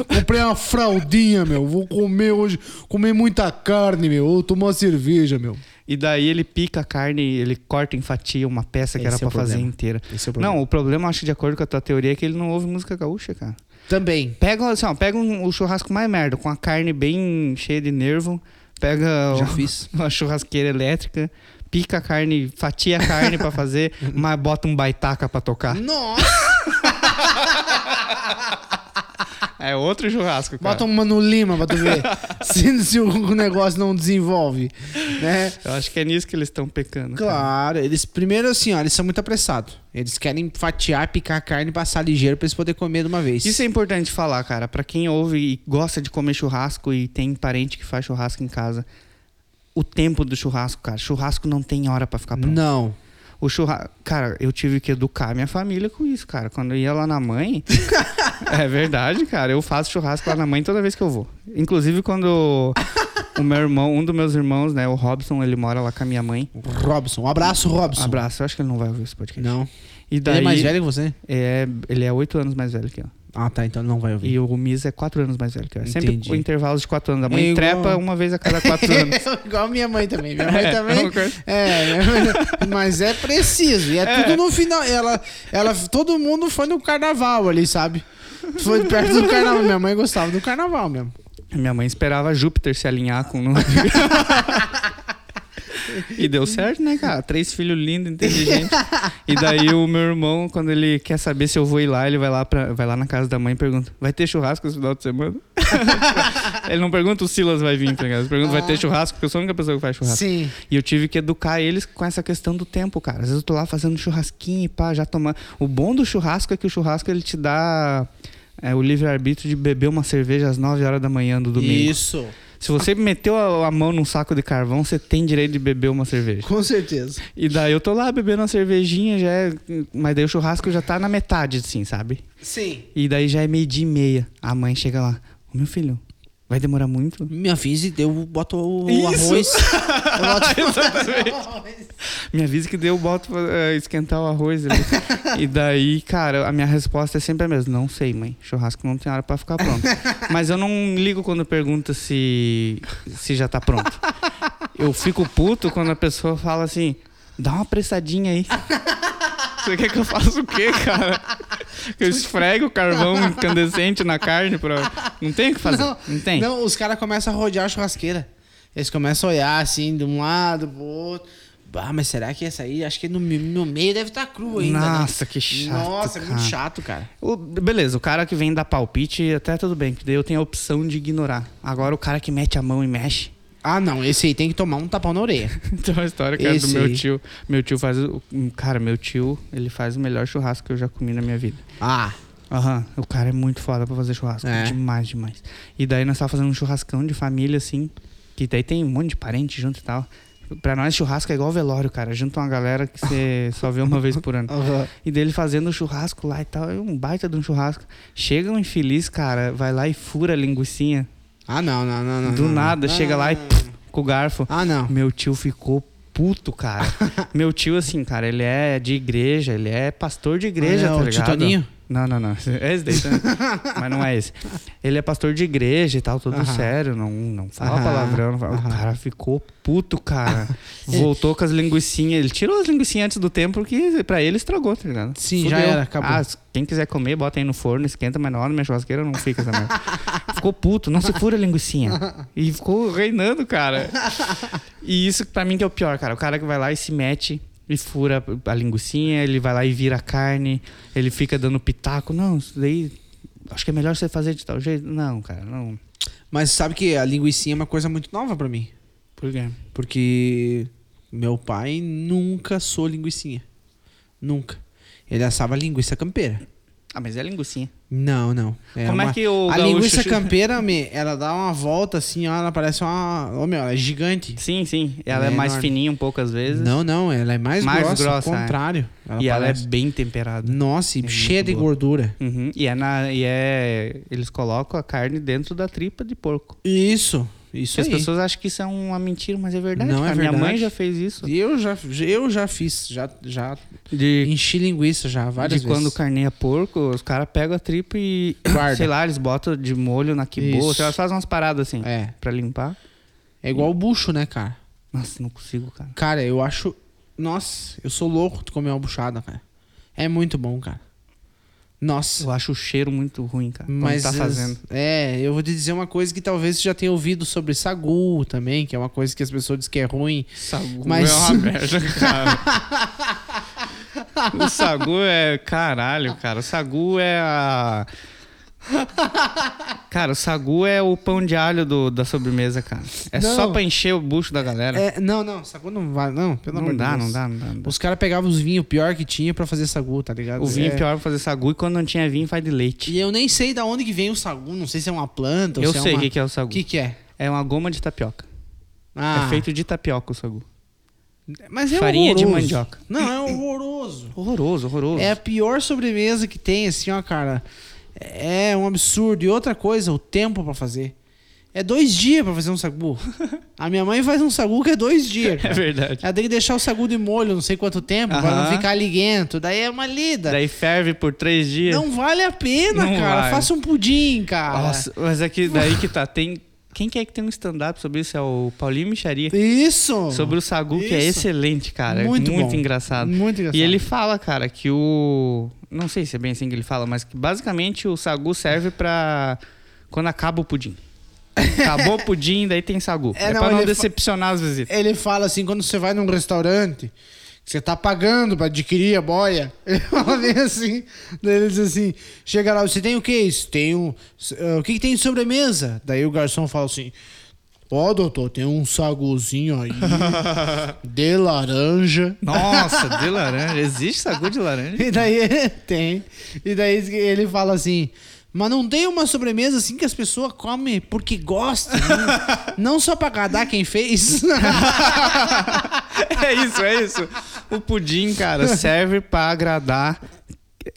Speaker 5: comprei uma fraldinha, meu. Vou comer hoje. Comer muita carne, meu. Ou tomar uma cerveja, meu.
Speaker 1: E daí ele pica a carne, ele corta em fatia uma peça que era
Speaker 5: Esse é
Speaker 1: pra
Speaker 5: o
Speaker 1: fazer
Speaker 5: problema.
Speaker 1: inteira.
Speaker 5: Esse é o problema.
Speaker 1: Não, o problema, acho que de acordo com a tua teoria, é que ele não ouve música gaúcha, cara.
Speaker 5: Também.
Speaker 1: Pega, assim, ó, pega um, o churrasco mais merda, com a carne bem cheia de nervo. Pega
Speaker 5: Já
Speaker 1: o-
Speaker 5: fiz.
Speaker 1: uma churrasqueira elétrica, pica a carne, fatia a carne pra fazer, mas bota um baitaca pra tocar.
Speaker 5: Nossa!
Speaker 1: É outro churrasco, cara.
Speaker 5: Bota um Mano Lima pra tu ver. se, se o negócio não desenvolve. Né?
Speaker 1: Eu acho que é nisso que eles estão pecando. cara.
Speaker 5: Claro, eles primeiro assim, ó, eles são muito apressados. Eles querem fatiar, picar a carne e passar ligeiro pra eles poderem comer de uma vez.
Speaker 1: Isso é importante falar, cara. Pra quem ouve e gosta de comer churrasco e tem parente que faz churrasco em casa, o tempo do churrasco, cara. Churrasco não tem hora pra ficar pronto.
Speaker 5: Não.
Speaker 1: O churrasco, cara, eu tive que educar minha família com isso, cara. Quando eu ia lá na mãe, é verdade, cara. Eu faço churrasco lá na mãe toda vez que eu vou. Inclusive quando o meu irmão, um dos meus irmãos, né, o Robson, ele mora lá com a minha mãe.
Speaker 5: Robson, um abraço, Robson.
Speaker 1: Abraço. Eu acho que ele não vai ouvir esse podcast.
Speaker 5: Não.
Speaker 1: E daí,
Speaker 5: Ele é mais velho que você?
Speaker 1: É, ele é oito anos mais velho que eu.
Speaker 5: Ah, tá, então não vai ouvir.
Speaker 1: E o Miz é quatro anos mais velho que eu. É sempre
Speaker 5: Entendi.
Speaker 1: o intervalo de quatro anos. A
Speaker 5: É
Speaker 1: mãe
Speaker 5: igual-
Speaker 1: trepa uma vez a cada quatro anos.
Speaker 5: É Igual a minha mãe também. Minha mãe
Speaker 1: É, é
Speaker 5: também.
Speaker 1: uma coisa-
Speaker 5: É, minha mãe- mas é preciso. E é, tudo no final. Ela, ela, todo mundo foi no carnaval ali, sabe? Foi perto do carnaval. Minha mãe gostava do carnaval mesmo.
Speaker 1: Minha mãe esperava Júpiter se alinhar com o nome. E deu certo, né, cara? Três filhos lindos, inteligentes. E daí o meu irmão, quando ele quer saber se eu vou ir lá, ele vai lá, pra, vai lá na casa da mãe e pergunta: vai ter churrasco esse final de semana? ele não pergunta o Silas vai vir, tá ligado? Ele pergunta:
Speaker 5: Ah.
Speaker 1: vai ter churrasco? Porque eu sou a única pessoa que faz churrasco.
Speaker 5: Sim.
Speaker 1: E eu tive que educar eles com essa questão do tempo, cara. Às vezes eu tô lá fazendo churrasquinho e pá, já tomando. O bom do churrasco é que o churrasco ele te dá é, o livre-arbítrio de beber uma cerveja às 9 horas da manhã do domingo.
Speaker 5: Isso.
Speaker 1: Se você meteu a, a mão num saco de carvão, você tem direito de beber uma cerveja.
Speaker 5: Com certeza.
Speaker 1: E daí eu tô lá bebendo uma cervejinha, já é. Mas daí o churrasco já tá na metade, assim, sabe?
Speaker 5: Sim.
Speaker 1: E daí já é meio-dia e meia. A mãe chega lá. Ô meu filho, vai demorar muito?
Speaker 5: Me avise, eu boto o
Speaker 1: Isso.
Speaker 5: arroz. Eu boto o arroz.
Speaker 1: Me avisa que deu, boto pra eh, esquentar o arroz. ali. e daí, cara, a minha resposta é sempre a mesma. Não sei, mãe. Churrasco não tem hora pra ficar pronto. Mas eu não ligo quando pergunta se, se já tá pronto. Eu fico puto quando a pessoa fala assim, dá uma pressadinha aí. Você quer que eu faça o quê, cara? Que eu esfrego o carvão incandescente na carne pra... Não tem o que fazer. Não, tem.
Speaker 5: Não, os caras começam a rodear a churrasqueira. Eles começam a olhar assim, de um lado pro outro. Ah, mas será que essa aí? Acho que no, mi- no meio deve estar cru ainda. né?
Speaker 1: Nossa, que chato,
Speaker 5: Nossa, é muito
Speaker 1: cara.
Speaker 5: chato, cara.
Speaker 1: O- beleza, o cara que vem dar palpite, até tudo bem, que daí eu tenho a opção de ignorar. Agora o cara que mete a mão e mexe.
Speaker 5: Ah, não, esse aí tem que tomar um tapão na orelha.
Speaker 1: Então a história que era do
Speaker 5: Esse
Speaker 1: meu
Speaker 5: aí.
Speaker 1: tio. Meu tio faz. o- um- Cara, meu tio, ele faz o melhor churrasco que eu já comi na minha vida.
Speaker 5: Ah,
Speaker 1: Aham, o cara é muito foda pra fazer churrasco.
Speaker 5: É.
Speaker 1: Demais, demais. E daí nós tava fazendo um churrascão de família, assim. Que daí tem um monte de parente junto e tal. Pra nós, churrasco é igual velório, cara. Junta uma galera que você só vê uma vez por ano.
Speaker 5: Aham.
Speaker 1: E dele fazendo o churrasco lá e tal. É um baita de um churrasco. Chega um infeliz, cara, vai lá e fura a linguicinha.
Speaker 5: ah não, não, não, não.
Speaker 1: Do
Speaker 5: não, não.
Speaker 1: nada,
Speaker 5: Não,
Speaker 1: chega
Speaker 5: não,
Speaker 1: lá e
Speaker 5: não,
Speaker 1: pff, com o garfo.
Speaker 5: Ah, não.
Speaker 1: Meu tio ficou puto, cara. Meu tio, assim, cara, ele é de igreja, ele é pastor de igreja,
Speaker 5: Ah, não,
Speaker 1: tá
Speaker 5: o tio
Speaker 1: ligado?
Speaker 5: Toninho?
Speaker 1: Não, não, não. É esse daí, tá? mas não é esse. Ele é pastor de igreja e tal, todo
Speaker 5: Aham.
Speaker 1: sério, não, não fala
Speaker 5: Aham,
Speaker 1: palavrão. não fala- O
Speaker 5: aham.
Speaker 1: cara ficou puto, cara. Voltou com as linguiçinhas. Ele tirou as linguiçinhas antes do tempo, porque pra ele estragou, tá ligado?
Speaker 5: Sim, já era, acabou.
Speaker 1: Ah, quem quiser comer, bota aí no forno, esquenta, mas na hora na minha churrasqueira não fica essa merda. ficou puto, não se fura a linguiçinha. E ficou reinando, cara. E isso pra mim que é o pior, cara. O cara que vai lá e se mete E fura a linguiçinha, ele vai lá e vira a carne, ele fica dando pitaco. Não, isso daí. Acho que é melhor você fazer de tal jeito. Não, cara, não.
Speaker 5: Mas sabe que a linguicinha é uma coisa muito nova pra mim.
Speaker 1: Por quê?
Speaker 5: Porque meu pai nunca sou linguicinha. Nunca. Ele assava linguiça campeira.
Speaker 1: Ah, mas é linguiçinha.
Speaker 5: Não, não.
Speaker 1: Como é
Speaker 5: uma-
Speaker 1: que o
Speaker 5: A
Speaker 1: gaúcho-
Speaker 5: linguiça é campeira, me, ela dá uma volta assim, ó, ela parece uma... Ô, meu, ela é gigante.
Speaker 1: Sim, sim. Ela é,
Speaker 5: É
Speaker 1: mais
Speaker 5: enorme.
Speaker 1: fininha um pouco às vezes.
Speaker 5: Não, não, ela é mais,
Speaker 1: Mais
Speaker 5: grossa,
Speaker 1: grossa,
Speaker 5: ao
Speaker 1: é.
Speaker 5: contrário.
Speaker 1: e ela é
Speaker 5: parece-
Speaker 1: bem temperada.
Speaker 5: Nossa, e
Speaker 1: muito
Speaker 5: cheia de
Speaker 1: boa.
Speaker 5: gordura.
Speaker 1: Uhum. E, é na, e é. Eles colocam a carne dentro da tripa de porco.
Speaker 5: Isso, isso
Speaker 1: As
Speaker 5: aí.
Speaker 1: pessoas acham que isso é uma mentira, mas é verdade.
Speaker 5: Não,
Speaker 1: cara.
Speaker 5: é
Speaker 1: Minha mãe
Speaker 5: verdade.
Speaker 1: já fez isso.
Speaker 5: Eu já, eu já fiz, já, já
Speaker 1: De
Speaker 5: enchi linguiça já várias
Speaker 1: de
Speaker 5: vezes.
Speaker 1: quando carneia porco, os caras pegam a tripa e,
Speaker 5: Guarda.
Speaker 1: sei lá, eles botam de molho na quiboa.
Speaker 5: Isso.
Speaker 1: Sei lá, Elas fazem umas paradas assim,
Speaker 5: É,
Speaker 1: pra limpar.
Speaker 5: é igual o bucho, né, cara?
Speaker 1: Nossa, não consigo, cara.
Speaker 5: Cara, eu acho... Nossa, eu sou louco de comer uma buchada, cara. É muito bom, cara. Nossa.
Speaker 1: Eu acho o cheiro muito ruim, cara. Mas
Speaker 5: Mas
Speaker 1: tá
Speaker 5: as-
Speaker 1: fazendo.
Speaker 5: É, eu vou te dizer uma coisa que talvez você já tenha ouvido sobre sagu também, que é uma coisa que as pessoas dizem que é ruim.
Speaker 1: Sagu
Speaker 5: Mas-
Speaker 1: é uma merda, cara. o sagu é caralho, cara. O sagu é a Cara, o sagu é o pão de alho do- da sobremesa, cara. É
Speaker 5: Não.
Speaker 1: só pra encher o bucho da galera.
Speaker 5: É, não, não, sagu não vai, não, pelo amor
Speaker 1: não,
Speaker 5: de
Speaker 1: dá,
Speaker 5: Deus.
Speaker 1: não dá, não dá, não dá.
Speaker 5: Os caras pegavam os vinhos pior que tinha pra fazer sagu, tá ligado?
Speaker 1: O vinho
Speaker 5: É.
Speaker 1: é pior pra fazer sagu e quando não tinha vinho faz de leite.
Speaker 5: E eu nem sei da onde que vem o sagu, não sei se é uma planta ou
Speaker 1: Eu
Speaker 5: se
Speaker 1: sei
Speaker 5: é
Speaker 1: o
Speaker 5: uma...
Speaker 1: que, que é o sagu.
Speaker 5: O que que é?
Speaker 1: É uma goma de tapioca.
Speaker 5: Ah,
Speaker 1: É feito de tapioca o sagu.
Speaker 5: mas é
Speaker 1: farinha de
Speaker 5: horroroso.
Speaker 1: mandioca.
Speaker 5: Não, é horroroso.
Speaker 1: Horroroso, horroroso.
Speaker 5: É a pior sobremesa que tem, assim, ó, cara. É um absurdo. E outra coisa, o tempo pra fazer. É dois dias pra fazer um sagu. A minha mãe faz um sagu que é dois dias.
Speaker 1: É
Speaker 5: cara.
Speaker 1: verdade.
Speaker 5: Ela tem que deixar o sagu de molho não sei quanto tempo pra
Speaker 1: Aham.
Speaker 5: não ficar liguento. Daí é uma lida.
Speaker 1: Daí ferve por três dias.
Speaker 5: Não vale a pena,
Speaker 1: Não
Speaker 5: cara.
Speaker 1: vale.
Speaker 5: Faça um pudim, cara.
Speaker 1: Nossa, mas é que daí que tá. Tem. Quem que é que tem um stand-up sobre isso? É o Paulinho Micharia.
Speaker 5: Isso!
Speaker 1: Sobre o Sagu, que é
Speaker 5: Isso.
Speaker 1: excelente, cara. É
Speaker 5: Muito
Speaker 1: muito
Speaker 5: bom.
Speaker 1: engraçado.
Speaker 5: Muito engraçado.
Speaker 1: E ele fala, cara, que o. Não sei se é bem assim que ele fala, mas que basicamente o Sagu serve pra. Quando acaba o pudim. Acabou o pudim, daí tem Sagu.
Speaker 5: É,
Speaker 1: É,
Speaker 5: não,
Speaker 1: pra não
Speaker 5: ele fa-
Speaker 1: decepcionar as visitas.
Speaker 5: Ele fala assim, quando você vai num restaurante, que você tá pagando pra adquirir a boia. Ele fala bem assim, daí ele diz assim, chega lá, você tem o que isso? Tem um, ah, o que, que tem de sobremesa? Daí o garçom fala assim, ó doutor, tem um saguzinho aí, de laranja.
Speaker 1: Nossa, de laranja. Existe sagu de laranja?
Speaker 5: E daí tem, e daí ele fala assim... Mas não tem uma sobremesa assim que as pessoas comem porque gostam, né? não só pra agradar quem fez.
Speaker 1: É isso, é isso. O pudim, cara, serve pra agradar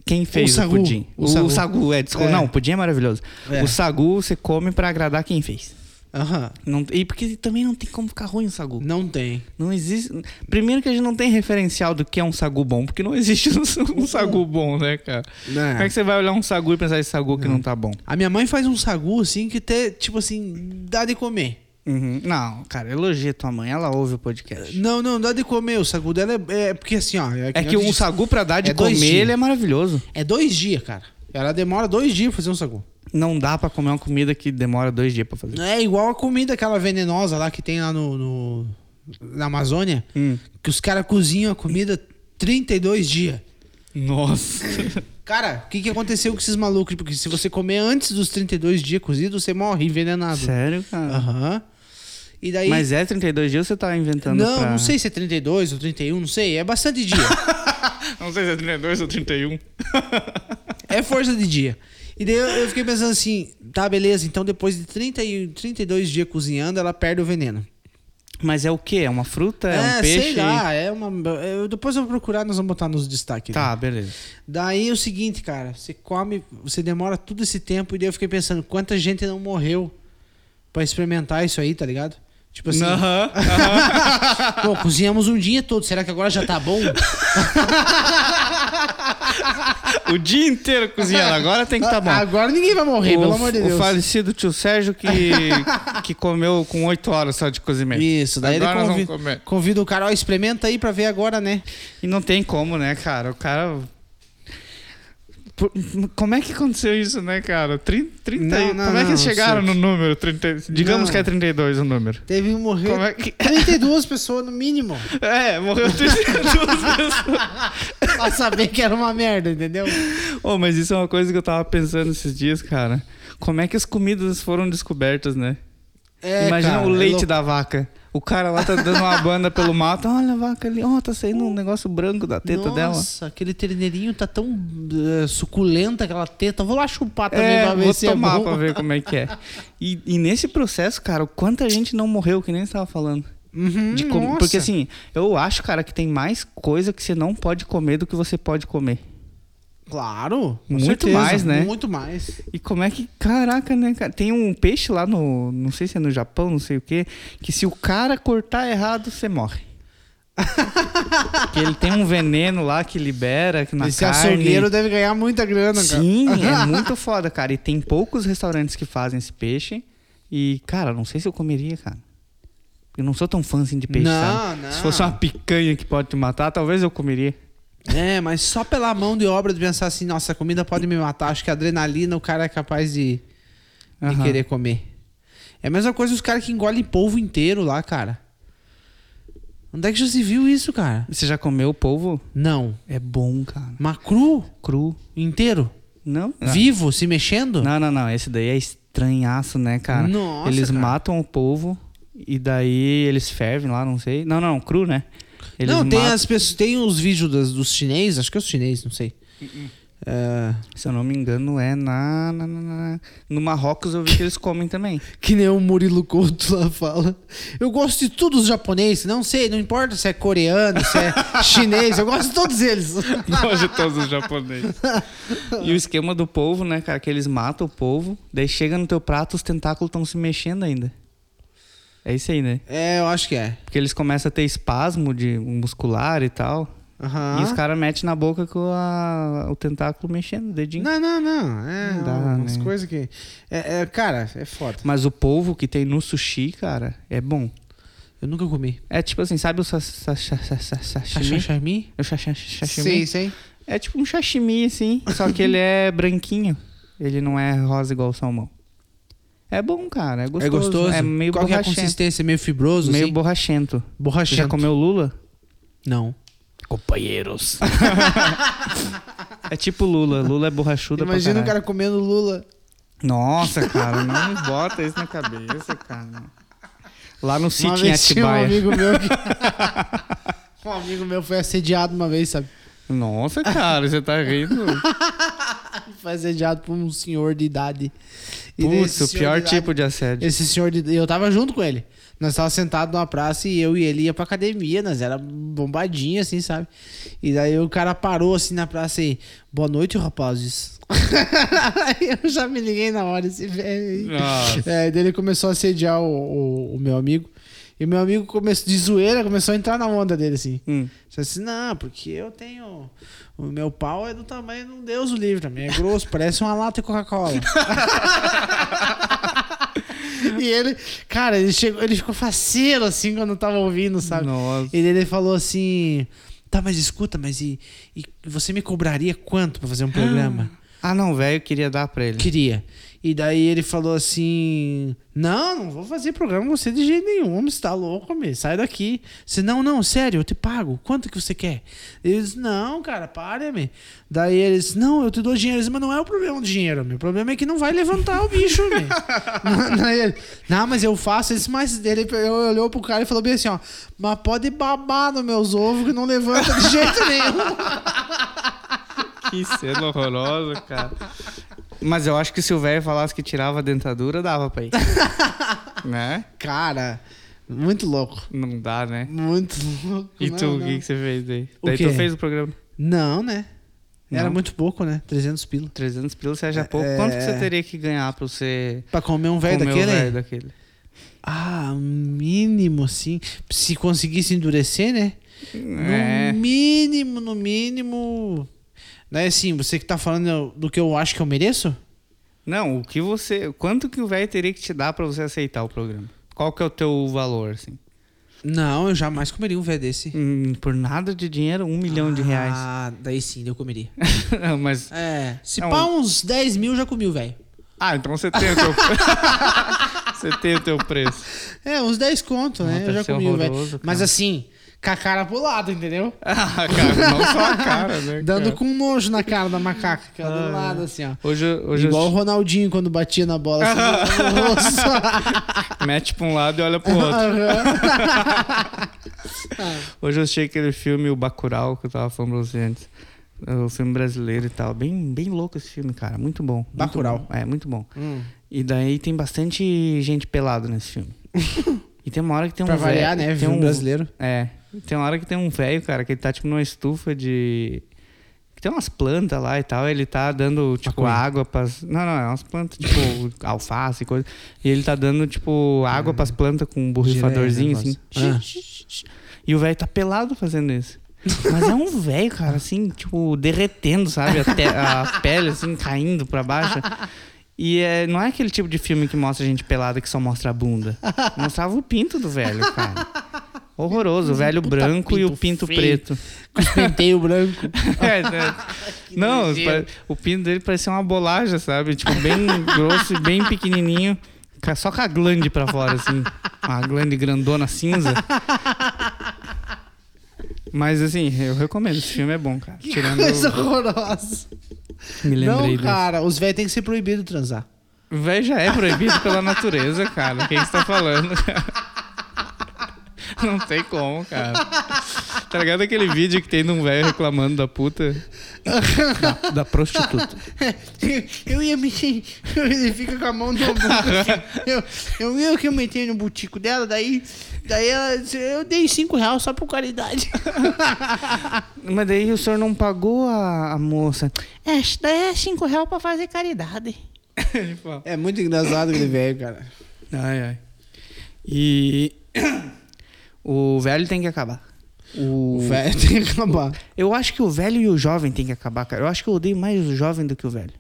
Speaker 1: quem fez o,
Speaker 5: sagu,
Speaker 1: pudim.
Speaker 5: o
Speaker 1: O,
Speaker 5: sagu.
Speaker 1: sagu. é, desculpa.
Speaker 5: É.
Speaker 1: Não, o pudim é maravilhoso.
Speaker 5: É.
Speaker 1: O sagu você come pra agradar quem fez.
Speaker 5: Aham.
Speaker 1: Não, e porque também não tem como ficar ruim o sagu.
Speaker 5: Não tem.
Speaker 1: Não existe. Primeiro que a gente não tem referencial do que é um sagu bom, porque não existe um, sagu bom, né, cara?
Speaker 5: Não.
Speaker 1: Como é que você vai olhar um sagu e pensar esse sagu que não tá bom?
Speaker 5: A minha mãe faz um sagu, assim, que até, tipo assim, dá de comer.
Speaker 1: Uhum. Não, cara, elogia tua mãe, ela ouve o podcast.
Speaker 5: Não, não, dá de comer. O sagu dela é, é porque assim, ó.
Speaker 1: É que
Speaker 5: eu
Speaker 1: um
Speaker 5: disse,
Speaker 1: sagu pra dar de
Speaker 5: É dois
Speaker 1: comer,
Speaker 5: dias.
Speaker 1: ele é maravilhoso.
Speaker 5: É dois dias, cara. Ela demora dois dias pra fazer um sagu.
Speaker 1: Não dá pra comer uma comida que demora dois dias pra fazer.
Speaker 5: É igual a comida aquela venenosa lá que tem lá no. no- na Amazônia.
Speaker 1: Hum.
Speaker 5: Que os caras cozinham a comida 32 dias.
Speaker 1: Nossa.
Speaker 5: Cara, o que, que aconteceu com esses malucos? Porque se você comer antes dos 32 dias cozido, você morre envenenado.
Speaker 1: Sério, cara?
Speaker 5: Aham. E daí.
Speaker 1: Mas é 32 dias ou você tá inventando
Speaker 5: não,
Speaker 1: pra-
Speaker 5: não sei se é 32 ou 31, não sei. É bastante dia.
Speaker 1: Não sei se é 32 ou 31.
Speaker 5: É força de dia. E daí eu, eu fiquei pensando assim, tá, beleza, então depois de 30 e 32 dias cozinhando, ela perde o veneno.
Speaker 1: Mas é o quê? É uma fruta? É, um peixe?
Speaker 5: sei lá, é uma. eu- depois eu vou procurar, nós vamos botar nos destaques. né?
Speaker 1: Tá, beleza.
Speaker 5: Daí é o seguinte, cara, você come, você demora todo esse tempo, e daí eu fiquei pensando, quanta gente não morreu pra experimentar isso aí, tá ligado? Tipo assim,
Speaker 1: Aham.
Speaker 5: pô, cozinhamos um dia todo, será que agora já tá bom?
Speaker 1: O dia inteiro cozinhando, agora tem que tá bom.
Speaker 5: Agora ninguém vai morrer,
Speaker 1: o,
Speaker 5: pelo amor de
Speaker 1: o
Speaker 5: Deus.
Speaker 1: falecido tio Sérgio que, que comeu com 8 horas só de cozimento.
Speaker 5: Isso, daí
Speaker 1: Agora nós
Speaker 5: ele
Speaker 1: vamos
Speaker 5: convida,
Speaker 1: comer.
Speaker 5: convida o cara, ó, experimenta aí pra ver agora, né?
Speaker 1: E não tem como, né, cara? O cara. Por- Como é que aconteceu isso, né, cara? 30, 30
Speaker 5: Não, não,
Speaker 1: Como é que eles
Speaker 5: não,
Speaker 1: chegaram
Speaker 5: sei.
Speaker 1: no número? 30, digamos
Speaker 5: Não.
Speaker 1: que é 32 o número.
Speaker 5: Teve um morrer
Speaker 1: Como é que.
Speaker 5: 32 pessoas no mínimo.
Speaker 1: É, morreu 32 pessoas.
Speaker 5: Pra saber que era uma merda, entendeu?
Speaker 1: Oh, mas isso é uma coisa que eu tava pensando esses dias, cara. Como é que as comidas foram descobertas, né?
Speaker 5: É,
Speaker 1: Imagina
Speaker 5: cara,
Speaker 1: o
Speaker 5: é
Speaker 1: leite
Speaker 5: louco.
Speaker 1: da vaca. O cara lá tá dando uma banda pelo mato. Olha a vaca ali. Ó, tá saindo um negócio branco da teta
Speaker 5: Nossa,
Speaker 1: dela.
Speaker 5: aquele terneirinho tá tão eh, suculenta aquela teta. Vou lá chupar também
Speaker 1: é,
Speaker 5: pra ver
Speaker 1: vou
Speaker 5: se
Speaker 1: tomar
Speaker 5: é bom.
Speaker 1: pra ver como é que é. E, e nesse processo, cara, o quanta gente não morreu, que nem você tava falando.
Speaker 5: Uhum,
Speaker 1: De com-
Speaker 5: nossa.
Speaker 1: Porque assim, eu acho, cara, que tem mais coisa que você não pode comer do que você pode comer.
Speaker 5: Claro. com
Speaker 1: Muito
Speaker 5: certeza,
Speaker 1: mais, né?
Speaker 5: Muito mais.
Speaker 1: E como é que. Caraca, né, cara? Tem um peixe lá no. Não sei se é no Japão, não sei o quê. Que se o cara cortar errado, você morre. Porque ele tem um veneno lá que libera que na
Speaker 5: Esse
Speaker 1: carne.
Speaker 5: açougueiro deve ganhar muita grana, cara.
Speaker 1: Sim, é muito foda, cara. E tem poucos restaurantes que fazem esse peixe. E, cara, não sei se eu comeria, cara. Eu não sou tão fã assim de peixe,
Speaker 5: Não,
Speaker 1: sabe?
Speaker 5: não.
Speaker 1: Se fosse uma picanha que pode te matar, talvez eu comeria.
Speaker 5: É, mas só pela mão de obra de pensar assim, nossa, a comida pode me matar. Acho que a adrenalina o cara é capaz de, de
Speaker 1: Aham.
Speaker 5: querer comer. É a mesma coisa os caras que engolem polvo inteiro lá, cara. Onde é que já se viu isso, cara?
Speaker 1: Você já comeu o polvo?
Speaker 5: Não.
Speaker 1: É bom, cara.
Speaker 5: Mas cru?
Speaker 1: Cru.
Speaker 5: Inteiro?
Speaker 1: Não? Ah,
Speaker 5: Vivo? Se mexendo?
Speaker 1: Não, não, não. Esse daí é estranhaço, né, cara?
Speaker 5: Nossa,
Speaker 1: Eles
Speaker 5: cara.
Speaker 1: matam o polvo e daí eles fervem lá, não sei. Não, não, cru, né? Eles
Speaker 5: não, tem
Speaker 1: matam-
Speaker 5: as pessoas, tem os vídeos das- dos chineses, acho que é os chineses, não sei.
Speaker 1: Uh-uh.
Speaker 5: É,
Speaker 1: Se eu não me engano, é na, na, na- na- No Marrocos eu vi que eles comem também.
Speaker 5: que nem o Murilo Couto lá fala. Eu gosto de todos os japoneses, não sei, não importa se é coreano, se é chinês, eu gosto de todos eles.
Speaker 1: Nojo todos os japoneses. E o esquema do polvo, né, cara? Que eles matam o polvo, daí chega no teu prato, os tentáculos estão se mexendo ainda. É isso aí, né?
Speaker 5: É, eu acho que é.
Speaker 1: Porque eles começam a ter espasmo de muscular e tal.
Speaker 5: Aham.
Speaker 1: E os caras metem na boca com a- o tentáculo mexendo, o dedinho.
Speaker 5: Não, não, não. É,
Speaker 1: Não dá,
Speaker 5: umas
Speaker 1: né?
Speaker 5: coisas que. É, é, cara, é foda.
Speaker 1: Mas o polvo que tem no sushi, cara, é bom.
Speaker 5: Eu nunca comi.
Speaker 1: É tipo assim, sabe o sa- sa- sa- sa- sa- sashimi?
Speaker 5: Chachachami?
Speaker 1: O sa- sa- sa-
Speaker 5: Sei,
Speaker 1: sashimi?
Speaker 5: sei.
Speaker 1: É tipo um sashimi, assim, só que ele é branquinho. Ele não é rosa igual o salmão. É bom, cara, é gostoso.
Speaker 5: é gostoso.
Speaker 1: É meio
Speaker 5: Qual que é a
Speaker 1: borrachento.
Speaker 5: consistência? É meio fibroso,
Speaker 1: meio
Speaker 5: assim?
Speaker 1: borrachento. Você
Speaker 5: borrachento.
Speaker 1: já comeu lula?
Speaker 5: Não.
Speaker 1: Companheiros. é tipo lula. Lula é borrachuda
Speaker 5: Imagina
Speaker 1: pra
Speaker 5: o
Speaker 1: caralho.
Speaker 5: cara comendo lula.
Speaker 1: Nossa, cara, não me bota isso na cabeça, cara. Lá no
Speaker 5: Uma
Speaker 1: City em
Speaker 5: vez tinha um
Speaker 1: Atibaia.
Speaker 5: amigo meu que... Um amigo meu foi assediado uma vez, sabe?
Speaker 1: Nossa, cara, você tá rindo.
Speaker 5: Foi assediado por um senhor de idade. E
Speaker 1: Putz,
Speaker 5: desse
Speaker 1: o
Speaker 5: senhor
Speaker 1: pior
Speaker 5: de idade-
Speaker 1: tipo de assédio.
Speaker 5: Esse senhor de... Eu tava junto com ele. Nós tava sentado numa praça e eu e ele ia pra academia. Nós era bombadinho, assim, sabe? E daí o cara parou, assim, na praça e... Boa noite, rapazes. eu já me liguei na hora, esse velho aí.
Speaker 1: Nossa.
Speaker 5: É, daí ele começou a assediar o, o- o meu amigo. E o meu amigo, começou, de zoeira, começou a entrar na onda dele, assim.
Speaker 1: Hum.
Speaker 5: Você disse, não, porque eu tenho. O meu pau é do tamanho de um Deus o livre também. É grosso, parece uma lata de Coca-Cola. e ele, cara, ele, chegou, ele ficou faceiro assim quando eu tava ouvindo, sabe?
Speaker 1: Nossa.
Speaker 5: E ele falou assim: tá, mas escuta, mas e, e você me cobraria quanto pra fazer um programa?
Speaker 1: Ah, não, velho, eu queria dar pra ele.
Speaker 5: Queria. E daí ele falou assim: Não, não vou fazer programa com você de jeito nenhum, você tá louco, meu, sai daqui. Você, não, não, sério, eu te pago. Quanto que você quer? Ele disse, não, cara, para, meu. Daí ele disse, não, eu te dou dinheiro. Eu disse, mas não é o problema do dinheiro, meu. O problema é que não vai levantar o bicho, meu. Daí ele, não, mas eu faço isso, mas ele pe- eu- olhou pro cara e falou bem assim, ó, mas pode babar nos meus ovos que não levanta de jeito nenhum.
Speaker 1: Que cena horrorosa, cara. Mas eu acho que se o velho falasse que tirava a dentadura, dava pra ir. né?
Speaker 5: Cara, muito louco.
Speaker 1: Não dá, né?
Speaker 5: Muito louco. né,
Speaker 1: E
Speaker 5: não,
Speaker 1: tu, o
Speaker 5: não.
Speaker 1: que, que você fez daí?
Speaker 5: O
Speaker 1: daí
Speaker 5: quê?
Speaker 1: tu fez o programa.
Speaker 5: Não, né? Era
Speaker 1: Não?
Speaker 5: muito pouco, né? 300 pila.
Speaker 1: 300 pilos, você acha pouco. Quanto que você teria que ganhar pra você
Speaker 5: Pra comer um velho
Speaker 1: comer É.
Speaker 5: daquele?
Speaker 1: o velho né? daquele?
Speaker 5: Ah, mínimo, sim. Se conseguisse endurecer, né?
Speaker 1: É.
Speaker 5: No mínimo, no mínimo. Daí assim, você que tá falando do que eu acho que eu mereço?
Speaker 1: Não, o que você... Quanto que o velho teria que te dar pra você aceitar o programa? Qual que é o teu valor, assim?
Speaker 5: Não, eu jamais comeria um velho desse.
Speaker 1: Hum, por nada de dinheiro, um milhão de reais.
Speaker 5: Ah, daí sim, eu comeria.
Speaker 1: Não, Ah, mas.
Speaker 5: É. Se
Speaker 1: É um-
Speaker 5: pá, uns 10 mil já comi o velho.
Speaker 1: Ah, então você tem o teu. você tem o teu preço.
Speaker 5: É, uns 10 conto, né?
Speaker 1: Nossa,
Speaker 5: Eu já
Speaker 1: deve ser
Speaker 5: comi o velho.
Speaker 1: horroroso, cara.
Speaker 5: Mas assim, com a cara pro lado, entendeu?
Speaker 1: Ah, cara, não só a cara, né?
Speaker 5: Dando
Speaker 1: cara?
Speaker 5: com um nojo na cara da macaca, que
Speaker 1: Ah.
Speaker 5: ela do lado, assim, ó.
Speaker 1: Hoje, eu- hoje
Speaker 5: Igual o
Speaker 1: Igual...
Speaker 5: Ronaldinho quando batia na bola. Assim, no rosto.
Speaker 1: mete pra um lado e olha pro outro.
Speaker 5: Aham.
Speaker 1: Hoje eu achei aquele filme, o Bacurau, que eu tava falando pra você antes. O filme brasileiro e tal. Bem, bem louco esse filme, cara. Muito bom. Muito
Speaker 5: Bacurau.
Speaker 1: bom. É, muito bom.
Speaker 5: Hum.
Speaker 1: E daí tem bastante gente pelado nesse filme. E tem uma hora que tem um
Speaker 5: Pra variar,
Speaker 1: velho-
Speaker 5: né?
Speaker 1: Tem
Speaker 5: Filme
Speaker 1: um
Speaker 5: brasileiro.
Speaker 1: É. Tem uma hora que tem um velho, cara, que ele tá tipo numa estufa de. Que tem umas plantas lá e tal. Ele tá dando, tipo,
Speaker 5: Maconha.
Speaker 1: água pras. Não, não, é umas plantas, tipo, alface e coisa. E ele tá dando, tipo, água pras plantas com um borrifadorzinho,
Speaker 5: Girei,
Speaker 1: assim.
Speaker 5: né, nossa.
Speaker 1: E o velho tá pelado fazendo isso. Mas é um velho, cara, assim, tipo, derretendo, sabe? A, te- a pele, assim, caindo pra baixo. E é, não é aquele tipo de filme que mostra gente pelada que só mostra a bunda. Mostrava o pinto do velho, cara. Horroroso, o velho branco e o pinto
Speaker 5: pinto feio.
Speaker 1: preto.
Speaker 5: Com os penteios brancos.
Speaker 1: É, é. Não,
Speaker 5: nojeira.
Speaker 1: pa- o pinto dele parecia uma bolacha, sabe? Tipo, bem grosso e bem pequenininho. ca- Só com a glande pra fora, assim. Uma glande grandona cinza. Mas, assim, eu recomendo. Esse filme é bom, cara.
Speaker 5: Que
Speaker 1: Tirando...
Speaker 5: coisa horrorosa.
Speaker 1: Me lembrei
Speaker 5: Não,
Speaker 1: desse.
Speaker 5: cara, os velhos têm que ser proibidos de transar.
Speaker 1: Véi já é proibido pela natureza, cara. O que você tá falando? Não tem como, cara. Tá ligado aquele vídeo que tem de um velho reclamando da puta? Da, da prostituta.
Speaker 5: Eu ia meter. Ele fica com a mão no ombro. assim. Eu, eu ia que eu meti no butico dela, daí. Daí ela. Eu dei 5 reais só por caridade.
Speaker 1: Mas daí o senhor não pagou a, a moça.
Speaker 7: É, isso daí é 5 reais pra fazer caridade.
Speaker 1: Ele fala.
Speaker 5: É muito engraçado aquele velho, cara.
Speaker 1: Ai, ai. E o velho tem que acabar. O...
Speaker 5: O velho tem que acabar.
Speaker 1: Eu acho que o velho e o jovem tem que acabar, cara. Eu acho que eu odeio mais o jovem do que o velho.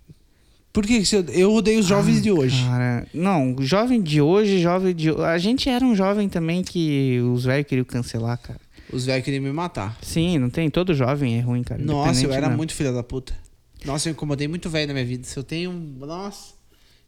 Speaker 5: Por que que você. Eu odeio os jovens de hoje.
Speaker 1: Cara, não, o jovem de hoje, jovem de. A gente era um jovem também que os velhos queriam cancelar, cara.
Speaker 5: Os velhos queriam me matar.
Speaker 1: Sim, não tem. Todo jovem é ruim, cara.
Speaker 5: Nossa, eu
Speaker 1: independente né?
Speaker 5: era
Speaker 1: da-
Speaker 5: muito filha da puta. Nossa, eu incomodei muito velho na minha vida. Se eu tenho. um, Nossa.